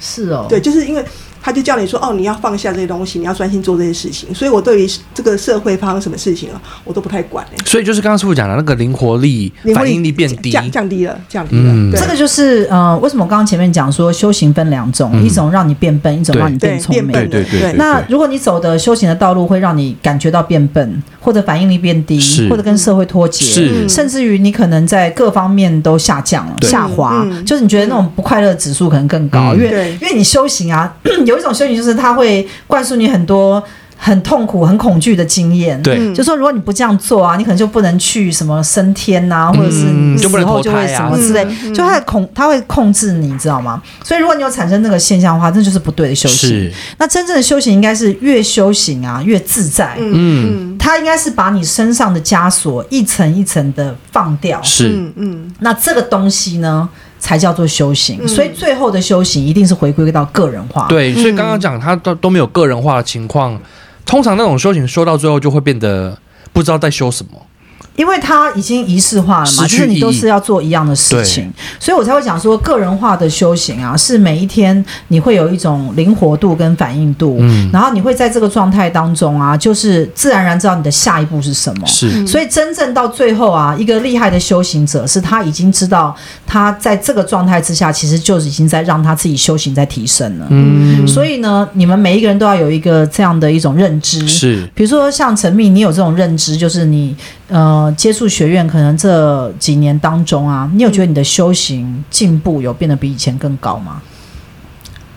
Speaker 1: 是哦，
Speaker 3: 对，，就是因为他就叫你说哦，你要放下这些东西，你要专心做这些事情。所以我对于这个社会发生什么事情啊，我都不太管、欸、
Speaker 2: 所以就是刚刚师傅讲的那个灵活力、
Speaker 3: 灵活
Speaker 2: 反应力变低，
Speaker 3: 降降低了，降低了。
Speaker 2: 嗯
Speaker 3: 对
Speaker 1: 这个就是呃，为什么我刚刚前面讲说修行分两种，
Speaker 2: 嗯
Speaker 1: 一种让你变笨，一种
Speaker 2: 对
Speaker 1: 让你变
Speaker 3: 对
Speaker 1: 聪
Speaker 3: 变
Speaker 1: 明。
Speaker 3: 笨了，
Speaker 2: 对对对
Speaker 1: 那如果你走的修行的道路会让你感觉到变笨，或者反应力变低
Speaker 2: 是，
Speaker 1: 或者跟社会脱节，
Speaker 2: 是
Speaker 1: 甚至于你可能在各方面都下降了、
Speaker 2: 对
Speaker 1: 下滑，
Speaker 3: 嗯嗯
Speaker 1: 就是你觉得那种不快乐指数可能更高，
Speaker 2: 嗯
Speaker 1: 因为
Speaker 3: 对
Speaker 1: 因为你修行啊， 有一种修行就是它会灌输你很多很痛苦、很恐惧的经验，
Speaker 2: 对，
Speaker 3: 嗯
Speaker 1: 就说如果你不这样做啊，你可能就不能去什么升天呐、或者是
Speaker 2: 嗯
Speaker 1: 你
Speaker 2: 就不
Speaker 1: 死
Speaker 2: 能
Speaker 1: 后
Speaker 2: 投
Speaker 1: 就会
Speaker 2: 胎啊
Speaker 1: 什么之类，
Speaker 3: 嗯嗯
Speaker 1: 就它的控它会控制你，知道吗？所以如果你有产生那个现象的话，这就是不对的修行。
Speaker 2: 是，
Speaker 1: 那真正的修行应该是越修行啊越自在，
Speaker 2: 嗯，
Speaker 3: 嗯
Speaker 1: 它应该是把你身上的枷锁一层一层的放掉。
Speaker 2: 是，
Speaker 3: 嗯嗯，
Speaker 1: 那这个东西呢，才叫做修行。
Speaker 3: 嗯
Speaker 1: 所以最后的修行一定是回归到个人化。
Speaker 2: 对，所以刚刚讲他都都没有个人化的情况，通常那种修行修到最后就会变得不知道在修什么，
Speaker 1: 因为它已经仪式化了嘛，
Speaker 2: 失
Speaker 1: 就
Speaker 2: 去
Speaker 1: 是你
Speaker 2: 意义
Speaker 1: 都是要做一样的事情，所以我才会讲说，个人化的修行啊，是每一天你会有一种灵活度跟反应度，
Speaker 2: 嗯，
Speaker 1: 然后你会在这个状态当中啊，就是自然而然知道你的下一步是什么。
Speaker 2: 嗯是，
Speaker 1: 所以真正到最后啊，一个厉害的修行者是他已经知道他在这个状态之下，其实就是已经在让他自己修行在提升了。
Speaker 2: 嗯，
Speaker 1: 所以呢，你们每一个人都要有一个这样的一种认知，
Speaker 2: 是，
Speaker 1: 比如说像陈密，你有这种认知，就是你呃接触学院，可能这几年当中啊，你有觉得你的修行进步有变得比以前更高吗？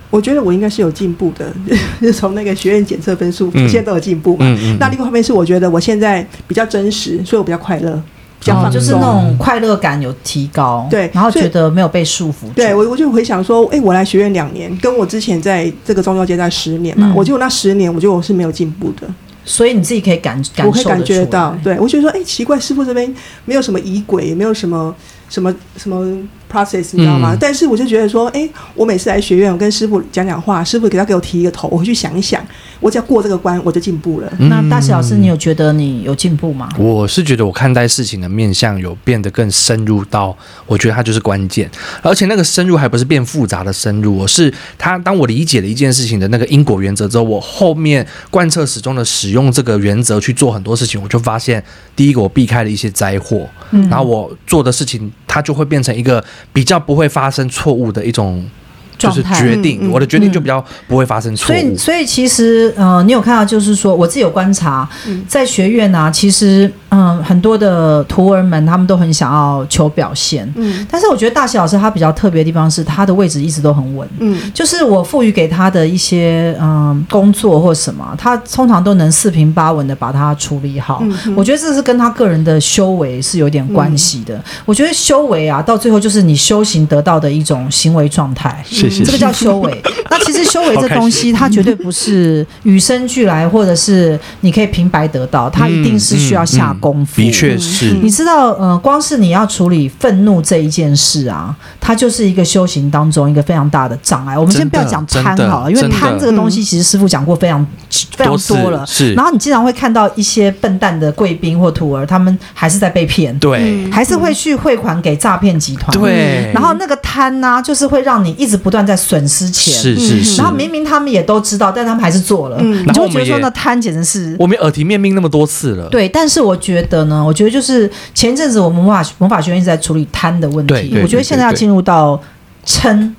Speaker 3: 我觉得我应该是有进步的，就是从那个学院检测分数，
Speaker 2: 嗯
Speaker 3: 现在都有进步嘛。
Speaker 2: 嗯嗯，
Speaker 3: 那另外一方面是，我觉得我现在比较真实，所以我比较快乐，比较
Speaker 1: 哦
Speaker 3: 放，
Speaker 1: 就
Speaker 3: 松。
Speaker 1: 是那种快乐感有提高，
Speaker 3: 对
Speaker 1: 然后
Speaker 3: 所以
Speaker 1: 觉得没有被束缚住，
Speaker 3: 对我，我就回想说，哎、我来学院两年，跟我之前在这个宗教界在十年嘛，
Speaker 1: 嗯
Speaker 3: 我觉得我那十年，我觉得我是没有进步的，
Speaker 1: 所以你自己可以感感
Speaker 3: 我
Speaker 1: 受
Speaker 3: 会
Speaker 1: 得
Speaker 3: 感觉
Speaker 1: 出来
Speaker 3: 到，对我觉得说，哎、奇怪，师傅这边没有什么仪轨，也没有什么什么什么 process，你知道吗？
Speaker 2: 嗯
Speaker 3: 但是我就觉得说，哎、我每次来学院，我跟师傅讲讲话，师傅给他给我提一个头，我回去想一想，我只要过这个关，我就进步了。
Speaker 1: 那大喜老师，你有觉得你有进步吗？
Speaker 2: 我是觉得我看待事情的面向有变得更深入到，我觉得它就是关键，而且那个深入还不是变复杂的深入，我是它当我理解了一件事情的那个因果原则之后，我后面贯彻始终的使用这个原则去做很多事情，我就发现，第一个我避开了一些灾祸，
Speaker 1: 嗯
Speaker 2: 然后我做的事情它就会变成一个比较不会发生错误的一种。就是
Speaker 1: 状态
Speaker 2: 决定，
Speaker 3: 嗯嗯
Speaker 2: 我的决定就比较不会发生错
Speaker 1: 所以，嗯
Speaker 2: 误。
Speaker 1: 所以其实，呃，你有看到，就是说，我自己有观察，
Speaker 3: 嗯
Speaker 1: 在学院啊，其实，嗯、很多的徒儿们，他们都很想要求表现，
Speaker 3: 嗯
Speaker 1: 但是我觉得大喜老师他比较特别的地方是，他的位置一直都很稳。
Speaker 3: 嗯
Speaker 1: 就是我赋予给他的一些嗯工作或什么，他通常都能四平八稳的把它处理好。
Speaker 3: 嗯哼
Speaker 1: 哦我觉得这是跟他个人的修为是有点关系的。我觉得修为啊，到最后就是你修行得到的一种行为状态。
Speaker 2: 谢谢
Speaker 1: 这个叫修为。那其实修为这东西，它绝对不是与生俱来，或者是你可以平白得到，它一定是需要下功夫。
Speaker 2: 的确是，
Speaker 1: 你知道，呃，光是你要处理愤怒这一件事啊，它就是一个修行当中一个非常大的障碍。我们先不要讲贪好了，因
Speaker 2: 真的
Speaker 1: 为贪
Speaker 2: 真的
Speaker 1: 这个东西，其实师傅讲过非常非常
Speaker 2: 次
Speaker 1: 多了。
Speaker 2: 是
Speaker 1: 然，后你经常会看到一些笨蛋的贵宾或徒儿，他们还是在被骗，
Speaker 2: 对
Speaker 3: 嗯
Speaker 1: 还是会去汇款给诈骗集团。
Speaker 2: 对，
Speaker 1: 然后那个贪呢、就是会让你一直不断在损失钱。
Speaker 2: 是是是，
Speaker 1: 然后明明他们也都知道，但他们还是做了，
Speaker 3: 嗯
Speaker 1: 你
Speaker 2: 然
Speaker 1: 就
Speaker 2: 后
Speaker 1: 会觉
Speaker 2: 我们
Speaker 1: 得说
Speaker 2: 也
Speaker 1: 那贪简直是。
Speaker 2: 我们耳提面命那么多次了，
Speaker 1: 对，但是我觉得呢，我觉得就是前一阵子我们魔法魔法学院一直在处理贪的问题，
Speaker 2: 对对
Speaker 1: 我觉得
Speaker 2: 对
Speaker 1: 现在
Speaker 2: 对
Speaker 1: 要
Speaker 2: 对
Speaker 1: 进入到嗔，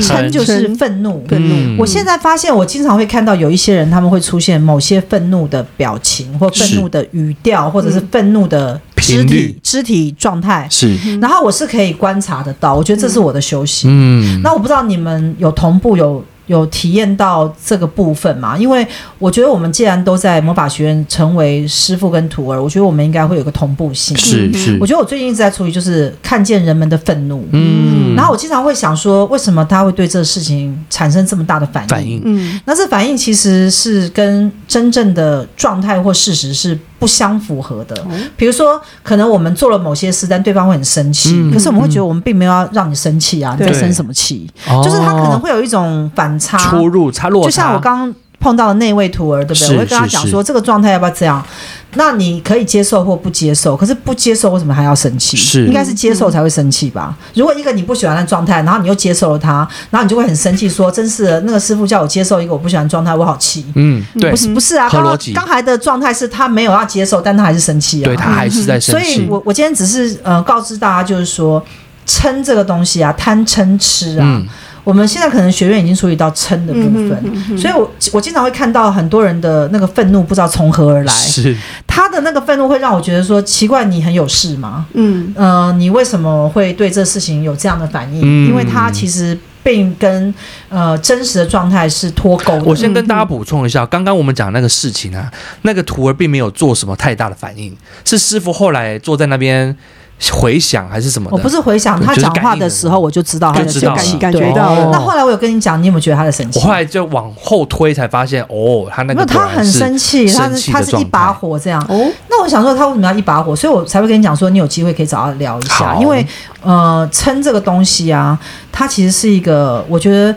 Speaker 1: 嗔就是愤怒。
Speaker 4: 愤怒
Speaker 2: 嗯
Speaker 1: 我现在发现，我经常会看到有一些人，他们会出现某些愤怒的表情，或愤怒的语调，或者是愤怒的肢
Speaker 2: 频
Speaker 1: 体
Speaker 2: 率
Speaker 1: 肢体状态。
Speaker 2: 是，
Speaker 1: 然后我是可以观察得到，我觉得这是我的休息。
Speaker 2: 嗯，
Speaker 1: 那我不知道你们有同步有有体验到这个部分吗？因为我觉得我们既然都在魔法学院成为师傅跟徒儿，我觉得我们应该会有个同步性。
Speaker 2: 是是
Speaker 1: 我，觉得我最近一直在处理就是看见人们的愤怒，
Speaker 2: 嗯
Speaker 1: 然后我经常会想说，为什么他会对这个事情产生这么大的反应？
Speaker 2: 反应
Speaker 3: 嗯
Speaker 1: 那这反应其实是跟真正的状态或事实是不相符合
Speaker 3: 嗯
Speaker 1: 的。比如说，可能我们做了某些事，但对方会很生气，
Speaker 2: 嗯
Speaker 1: 可是我们会觉得我们并没有要让你生气啊，你在
Speaker 3: 对
Speaker 1: 生什么气？
Speaker 2: 哦
Speaker 1: 就是他可能会有一种反差，
Speaker 2: 出入差落
Speaker 1: 就
Speaker 2: 差，
Speaker 1: 像我刚刚碰到的那位徒儿，对不对？
Speaker 2: 是
Speaker 1: 我会跟他
Speaker 2: 是
Speaker 1: 讲
Speaker 2: 是
Speaker 1: 说，这个状态要不要这样？那你可以接受或不接受，可是不接受为什么还要生气？
Speaker 2: 是
Speaker 1: 应该是接受才会生气吧？如果一个你不喜欢的状态，然后你又接受了他，然后你就会很生气，说：“真是的，那个师傅叫我接受一个我不喜欢的状态，我好气。
Speaker 2: 嗯，对
Speaker 1: 不，是不是啊，
Speaker 2: 合
Speaker 1: 刚
Speaker 2: 逻
Speaker 1: 刚
Speaker 2: 辑
Speaker 1: 刚才的状态是他没有要接受，但他还是生气啊。
Speaker 2: 对他还是在
Speaker 1: 所
Speaker 2: 生
Speaker 1: 以
Speaker 2: 气，
Speaker 1: 我我今天只是呃告知大家，就是说嗔这个东西啊，贪嗔痴啊，
Speaker 2: 嗯，
Speaker 1: 我们现在可能学院已经处理到嗔
Speaker 3: 嗯
Speaker 1: 的部分，所以我我经常会看到很多人的那个愤怒不知道从何嗯而来，
Speaker 2: 是
Speaker 1: 他的那个愤怒会让我觉得说奇怪，你很有事吗？
Speaker 3: 嗯
Speaker 1: 呃，你为什么会对这事情有这样的反应？
Speaker 2: 嗯
Speaker 1: 因为他其实并跟呃真实的状态是脱钩的。
Speaker 2: 我先跟
Speaker 1: 嗯
Speaker 2: 大家补充一下，刚刚我们讲那个事情啊，那个徒儿并没有做什么太大的反应，是师傅后来坐在那边回想还是什么的？
Speaker 1: 我不是回想
Speaker 2: 对
Speaker 1: 他
Speaker 2: 就是
Speaker 1: 讲
Speaker 2: 感
Speaker 1: 话
Speaker 2: 应
Speaker 1: 的
Speaker 2: 的
Speaker 1: 时候，我就知道他在
Speaker 2: 就知道
Speaker 1: 生气
Speaker 2: 了
Speaker 3: 感
Speaker 1: 对
Speaker 3: 觉到了
Speaker 1: 那后来我有跟你讲，你有没有觉得他在生气？
Speaker 2: 我后来就往后推才发现，哦，他那
Speaker 1: 没
Speaker 2: 个
Speaker 1: 有，他很生气，他
Speaker 2: 生
Speaker 1: 是
Speaker 2: 气
Speaker 1: 他
Speaker 2: 的
Speaker 1: 是一
Speaker 2: 状
Speaker 1: 把
Speaker 2: 态。
Speaker 1: 火这样。
Speaker 3: 哦，
Speaker 1: 那我想说，他为什么要一把火？所以我才会跟你讲说，你有机会可以找他聊一下，
Speaker 2: 好
Speaker 1: 因为呃，嗔这个东西啊，它其实是一个，我觉得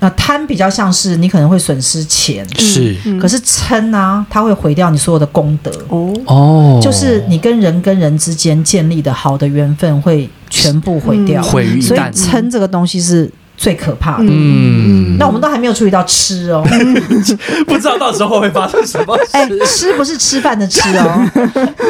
Speaker 1: 呃，贪比较像是你可能会损失钱，
Speaker 2: 是
Speaker 1: 可是嗔啊，它会毁掉你所有的功德，
Speaker 3: 嗯哦，
Speaker 2: 嗯哦，
Speaker 1: 就是你跟人跟人之间建立的好的缘分会全部毁
Speaker 3: 嗯
Speaker 1: 掉，
Speaker 2: 嗯毁于一
Speaker 1: 所以
Speaker 2: 旦。
Speaker 1: 嗔这个东西是最可怕的。
Speaker 2: 嗯，
Speaker 1: 那我们都还没有处理到吃哦，
Speaker 2: 不知道到时候会发生什么事。
Speaker 1: 哎，吃不是吃饭的吃 哦，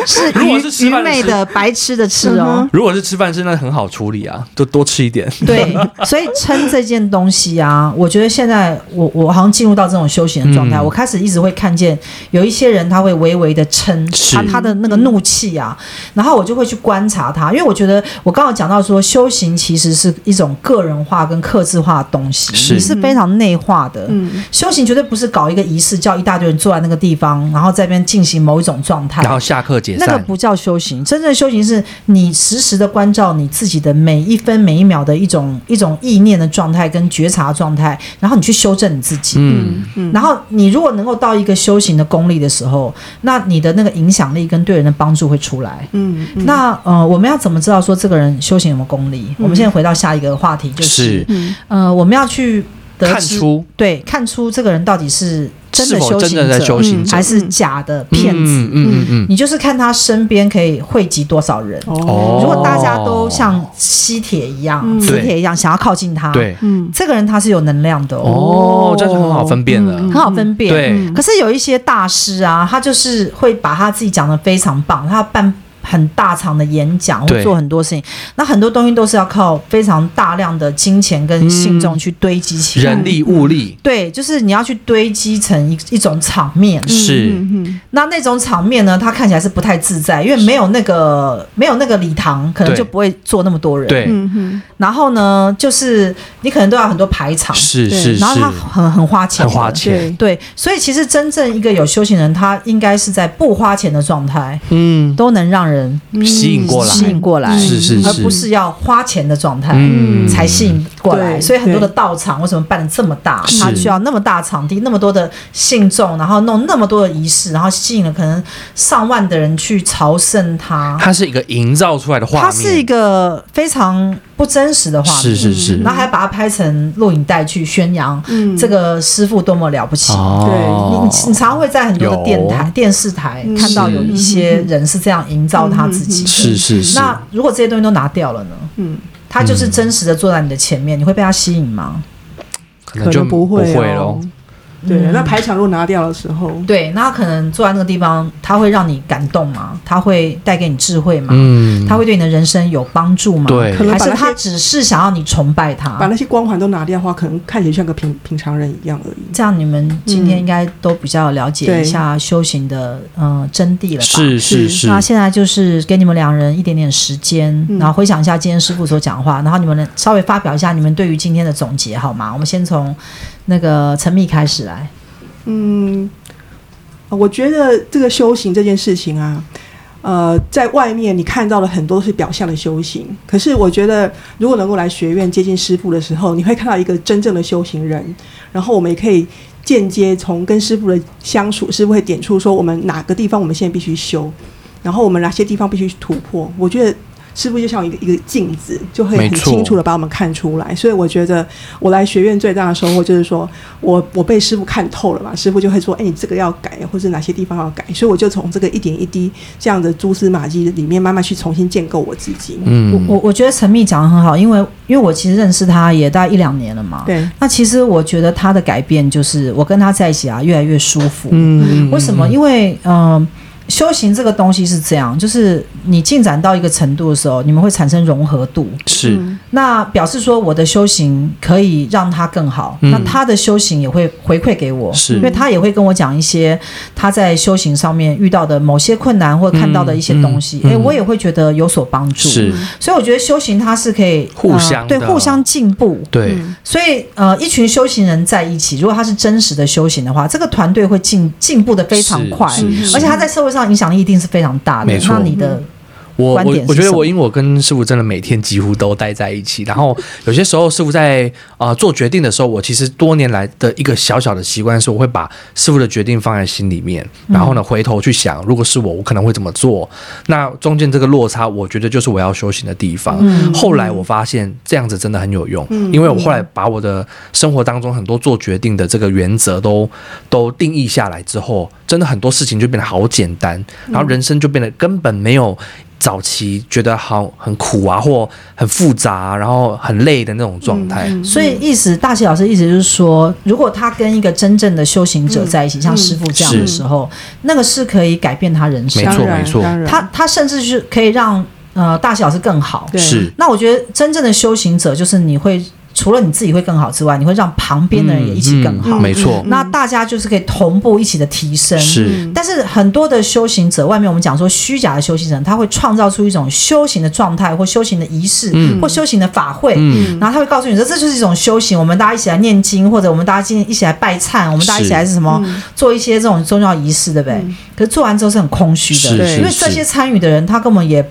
Speaker 1: 是
Speaker 2: 如果
Speaker 1: 愚
Speaker 2: 是吃
Speaker 1: 愚
Speaker 2: 饭的
Speaker 1: 昧
Speaker 2: 吃嗯
Speaker 1: 的白痴的吃哦。
Speaker 2: 如果是吃饭是那很好处理啊，就多吃一点。
Speaker 1: 对，所以撑这件东西啊，我觉得现在我我好像进入到这种休闲的状态，
Speaker 2: 嗯
Speaker 1: 我开始一直会看见有一些人他会微微的撑
Speaker 2: 是
Speaker 1: 他他的那个怒气啊，然后我就会去观察他，因为我觉得我刚刚有讲到说修行其实是一种个人化跟克制化的东西，
Speaker 2: 是
Speaker 1: 你是非常内化的，
Speaker 3: 嗯
Speaker 1: 修行绝对不是搞一个仪式，叫一大堆人坐在那个地方，然后在那边进行某一种状态，
Speaker 2: 然后下课解
Speaker 1: 那个
Speaker 2: 散，
Speaker 1: 不叫修行，真正的修行是你时时的关照你自己的每一分每一秒的一种一种意念的状态跟觉察状态，然后你去修正你自己。
Speaker 2: 嗯，
Speaker 1: 呃然后你如果能够到一个修行的功力的时候，那你的那个影响力跟对人的帮助会出来。
Speaker 3: 嗯嗯
Speaker 1: 那呃，我们要怎么知道说这个人修行有没有功力？我们现在回到下一个话题，就是
Speaker 2: 嗯是
Speaker 3: 嗯
Speaker 1: 呃，我们要去得
Speaker 2: 看
Speaker 1: 知
Speaker 2: 出
Speaker 1: 对看出这个人到底是真
Speaker 2: 是
Speaker 1: 的
Speaker 2: 否
Speaker 1: 修
Speaker 2: 真
Speaker 1: 行
Speaker 2: 的在修行
Speaker 3: 嗯
Speaker 2: 者
Speaker 1: 还是假的骗子。
Speaker 2: 嗯嗯嗯嗯，
Speaker 1: 你就是看他身边可以汇集多少人。
Speaker 2: 哦
Speaker 1: 如果大家都像吸铁一样、
Speaker 3: 嗯
Speaker 1: 磁铁一样想要靠近他，
Speaker 2: 对，
Speaker 3: 嗯
Speaker 1: 这个人他是有能量的哦，
Speaker 2: 哦，这就很好分辨了
Speaker 3: 嗯。
Speaker 1: 很好分辨。
Speaker 2: 对，
Speaker 1: 可是有一些大师啊，他就是会把他自己讲的非常棒，他办很大场的演讲，会
Speaker 2: 对
Speaker 1: 做很多事情。那很多东西都是要靠非常大量的金钱跟信众去堆积起来。
Speaker 2: 嗯人力物力
Speaker 1: 对，就是你要去堆积成一一种场面，
Speaker 2: 是
Speaker 3: 嗯
Speaker 1: 那那种场面呢，它看起来是不太自在，因为没有那个没有那个礼堂，可能
Speaker 2: 对
Speaker 1: 就不会坐那么多人。，
Speaker 2: 对，
Speaker 3: 嗯
Speaker 1: 然后呢，就是你可能都要很多排场，
Speaker 2: 是
Speaker 3: 对
Speaker 2: 是是
Speaker 1: 然，后它很很花钱，
Speaker 2: 很花。钱，
Speaker 3: 对，
Speaker 1: 对，所以其实真正一个有修行人，他应该是在不花钱的状态，
Speaker 2: 嗯，
Speaker 1: 都能让人
Speaker 2: 吸引过来，
Speaker 1: 吸引过来，
Speaker 2: 是是
Speaker 1: 而
Speaker 2: 是
Speaker 1: 不是要花钱的状态。
Speaker 2: 嗯
Speaker 1: 才吸引过来，
Speaker 3: 对
Speaker 1: 所以很多的道场为什么办的这么大？
Speaker 2: 是
Speaker 1: 它需要那么大场地，那么多的信众，然后弄那么多的仪式，然后吸引了可能上万的人去朝圣它。
Speaker 2: 它是一个营造出来的画面，
Speaker 1: 它是一个非常不真实的画面，
Speaker 2: 是是是
Speaker 1: 然后还把它拍成录影带去宣扬
Speaker 3: 嗯
Speaker 1: 这个师傅多么了不起。
Speaker 2: 哦
Speaker 1: 你，你常会在很多的电台、电视台
Speaker 3: 嗯
Speaker 1: 看到有一些
Speaker 3: 是
Speaker 1: 人是这样营造他自己的。
Speaker 2: 嗯是是是，
Speaker 1: 嗯那如果这些东西都拿掉了呢？
Speaker 3: 嗯，
Speaker 1: 他就是真实的坐在你的前面，你会被他吸引吗？
Speaker 2: 可能就
Speaker 3: 不
Speaker 2: 会
Speaker 3: 会
Speaker 2: 咯
Speaker 3: 哦，对，那排场如果拿掉的时候，
Speaker 1: 对，那他可能坐在那个地方，他会让你感动嘛，他会带给你智慧嘛，
Speaker 2: 嗯，
Speaker 1: 他会对你的人生有帮助嘛，
Speaker 2: 对
Speaker 3: 可能
Speaker 1: 还
Speaker 3: 把
Speaker 1: 是
Speaker 3: 那
Speaker 1: 他
Speaker 3: 些
Speaker 1: 只是想要你崇拜
Speaker 3: 把
Speaker 1: 他？
Speaker 3: 那些光环都拿掉的话，可能看起来像个平平常人一样而已。
Speaker 1: 这样你们今天应该都比较了解
Speaker 3: 对
Speaker 1: 一下修行的嗯、呃真谛了吧？
Speaker 2: 是是
Speaker 3: 是
Speaker 2: 是，
Speaker 1: 那现在就是给你们两人一点点时间，
Speaker 3: 嗯
Speaker 1: 然后回想一下今天师傅所讲的话，然后你们能稍微发表一下你们对于今天的总结好吗？我们先从那个陈密开始来。
Speaker 3: 嗯，我觉得这个修行这件事情啊，呃，在外面你看到了很多是表象的修行，可是我觉得如果能够来学院接近师傅的时候，你会看到一个真正的修行人，然后我们也可以间接从跟师傅的相处，师傅会点出说我们哪个地方我们现在必须修，然后我们哪些地方必须突破。我觉得。师傅就像一个一个镜子，就会
Speaker 2: 没
Speaker 3: 很
Speaker 2: 错
Speaker 3: 清楚的把我们看出来。所以我觉得我来学院最大的收获就是说，我我被师傅看透了嘛，师傅就会说，哎、你这个要改，或是哪些地方要改，所以我就从这个一点一滴这样的蛛丝马迹里面，慢慢去重新建构我自己。
Speaker 1: 我
Speaker 2: 嗯，
Speaker 1: 我我觉得陈密讲的很好，因为因为我其实认识他也大概一两年了嘛。
Speaker 3: 对，
Speaker 1: 那其实我觉得他的改变就是我跟他在一起啊，越来越舒服。
Speaker 2: 嗯
Speaker 1: 为什么？因为嗯、呃修行这个东西是这样，就是你进展到一个程度的时候，你们会产生融合度。
Speaker 2: 是
Speaker 3: 嗯
Speaker 1: 那表示说我的修行可以让他更好，
Speaker 2: 嗯
Speaker 1: 那他的修行也会回馈给我，
Speaker 2: 是
Speaker 1: 因为他也会跟我讲一些他在修行上面遇到的某些困难或看到的一些东西，
Speaker 2: 嗯嗯
Speaker 1: 诶，
Speaker 2: 嗯
Speaker 1: 我也会觉得有所帮助。
Speaker 2: 是，
Speaker 1: 所以我觉得修行它是可以
Speaker 2: 互相
Speaker 1: 呃、
Speaker 2: 的
Speaker 1: 对互相进步，
Speaker 2: 对，
Speaker 3: 嗯
Speaker 1: 所以呃一群修行人在一起，如果他是真实的修行的话，这个团队会进进步的非常
Speaker 2: 是
Speaker 1: 快，
Speaker 2: 是
Speaker 3: 嗯
Speaker 2: 是
Speaker 1: 而且他在社会上影响力一定是非常大的
Speaker 2: 没。错
Speaker 1: 那你的
Speaker 2: 我
Speaker 1: 观
Speaker 2: 我
Speaker 1: 点
Speaker 2: 我
Speaker 1: 是
Speaker 2: 觉得
Speaker 1: 什
Speaker 2: 我
Speaker 1: 么
Speaker 2: 因为我跟师傅真的每天几乎都待在一起，然后有些时候师傅在啊、呃做决定的时候，我其实多年来的一个小小的习惯是，我会把师傅的决定放在心里面，然
Speaker 1: 嗯
Speaker 2: 后呢回头去想，如果是我，我可能会怎么做。那中间这个落差，我觉得就是我要修行的地方。
Speaker 3: 嗯
Speaker 1: 嗯
Speaker 2: 后来我发现这样子真的很有用，因为我后来把我的生活当中很多做决定的这个原则都都定义下来之后，真的很多事情就变得好简单，
Speaker 1: 嗯
Speaker 2: 然后人生就变得根本没有早期觉得好很苦啊，或很复杂啊、然后很累的那种状
Speaker 1: 嗯
Speaker 2: 态。
Speaker 3: 嗯
Speaker 1: 所以意思，大齐老师意思就是说，如果他跟一个真正的修行者在一起，像师傅这样的
Speaker 2: 是
Speaker 1: 时候，那个是可以改变他人生
Speaker 2: 嗯没
Speaker 1: 的。
Speaker 2: 错
Speaker 3: 当然
Speaker 2: 没错
Speaker 3: 当然
Speaker 1: 他他甚至是可以让呃大齐老师更好。
Speaker 3: 对
Speaker 2: 是
Speaker 1: 那我觉得真正的修行者，就是你会除了你自己会更好之外，你会让旁边的人也一起更好。
Speaker 2: 嗯嗯没错，
Speaker 1: 那大家就是可以同步一起的提升。
Speaker 3: 嗯
Speaker 2: 是
Speaker 1: 但是很多的修行者，外面我们讲说虚假的修行者，他会创造出一种修行的状态，或修行的仪式，
Speaker 2: 嗯
Speaker 1: 或修行的法会。
Speaker 2: 嗯
Speaker 1: 然后他会告诉你说，这就是一种修行，我们大家一起来念经，或者我们大家今天一起来拜忏，我们大家一起来是什
Speaker 2: 嗯
Speaker 1: 么、
Speaker 3: 嗯
Speaker 1: 做一些这种宗教仪式，对不对？可是做完之后是很空虚
Speaker 2: 是
Speaker 1: 的，
Speaker 2: 是
Speaker 1: 因为这些参与的人，他根本也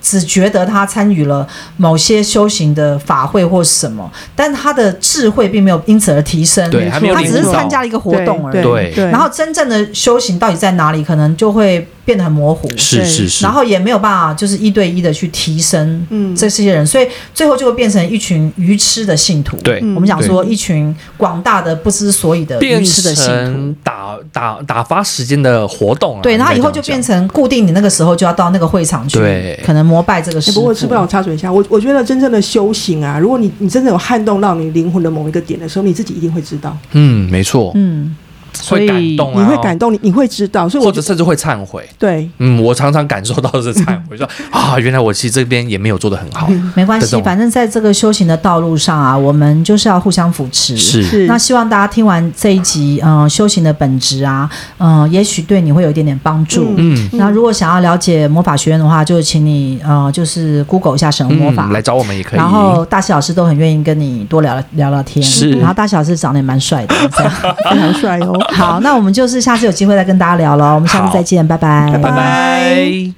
Speaker 1: 只觉得他参与了某些修行的法会或什么，但他的智慧并没有因此而提升，
Speaker 2: 对还没有
Speaker 1: 他只是
Speaker 2: 领悟到
Speaker 1: 参加了一个活动而已。
Speaker 2: 对
Speaker 3: 对，
Speaker 1: 然后真正的修行到底在哪里，可能就会变得很模糊。
Speaker 2: 是是是
Speaker 1: 然，后也没有办法就是一对一的去提升
Speaker 3: 嗯
Speaker 1: 这些人，所以最后就会变成一群愚痴的信徒。
Speaker 2: 对。
Speaker 1: 我们讲
Speaker 3: 嗯
Speaker 1: 说一群广大的不知所以的
Speaker 2: 变
Speaker 1: 愚痴的信徒。
Speaker 2: 成打打打发时间的活动、啊，
Speaker 1: 对，
Speaker 2: 应该
Speaker 1: 然后以后
Speaker 2: 这
Speaker 1: 就
Speaker 2: 样
Speaker 1: 变
Speaker 2: 讲
Speaker 1: 成固定，你那个时候就要到那个会场去
Speaker 2: 对，
Speaker 1: 可能膜拜这个
Speaker 3: 哎
Speaker 1: 师
Speaker 3: 不
Speaker 1: 傅
Speaker 3: 过。师傅，让我插嘴一下，我我觉得真正的修行啊，如果你你真的有撼动到你灵魂的某一个点的时候，你自己一定会知道，
Speaker 2: 嗯，没错，
Speaker 1: 嗯，所
Speaker 2: 会
Speaker 1: 以
Speaker 2: 感动
Speaker 3: 你
Speaker 2: 啊，
Speaker 3: 会感动，你你会知道，所以
Speaker 2: 或
Speaker 3: 我
Speaker 2: 者
Speaker 3: 就
Speaker 2: 甚至会忏悔。
Speaker 3: 对，
Speaker 2: 嗯，我常常感受到是忏 悔，说啊，原来我其实这边也没有做得很好，
Speaker 1: 没关
Speaker 2: 这
Speaker 1: 系，
Speaker 2: 种
Speaker 1: 反正在这个修行的道路上啊，我们就是要互相扶持。
Speaker 2: 是
Speaker 3: 是
Speaker 1: 那希望大家听完这一集，嗯、修行的本质啊，嗯、也许对你会有一点点帮助。
Speaker 2: 嗯，
Speaker 1: 那如果想要了解魔法学院的话，就请你呃，就是 Google 一下神武魔法。
Speaker 2: 嗯来找我们也可以。
Speaker 1: 然后大西老师都很愿意跟你多聊聊聊天，
Speaker 2: 是
Speaker 1: 然后大西老师长得也蛮帅的，这样。
Speaker 3: 非常帅哦。
Speaker 1: 好，那我们就是下次有机会再跟大家聊了，我们下次
Speaker 2: 好
Speaker 1: 再见，拜拜，
Speaker 2: 拜拜。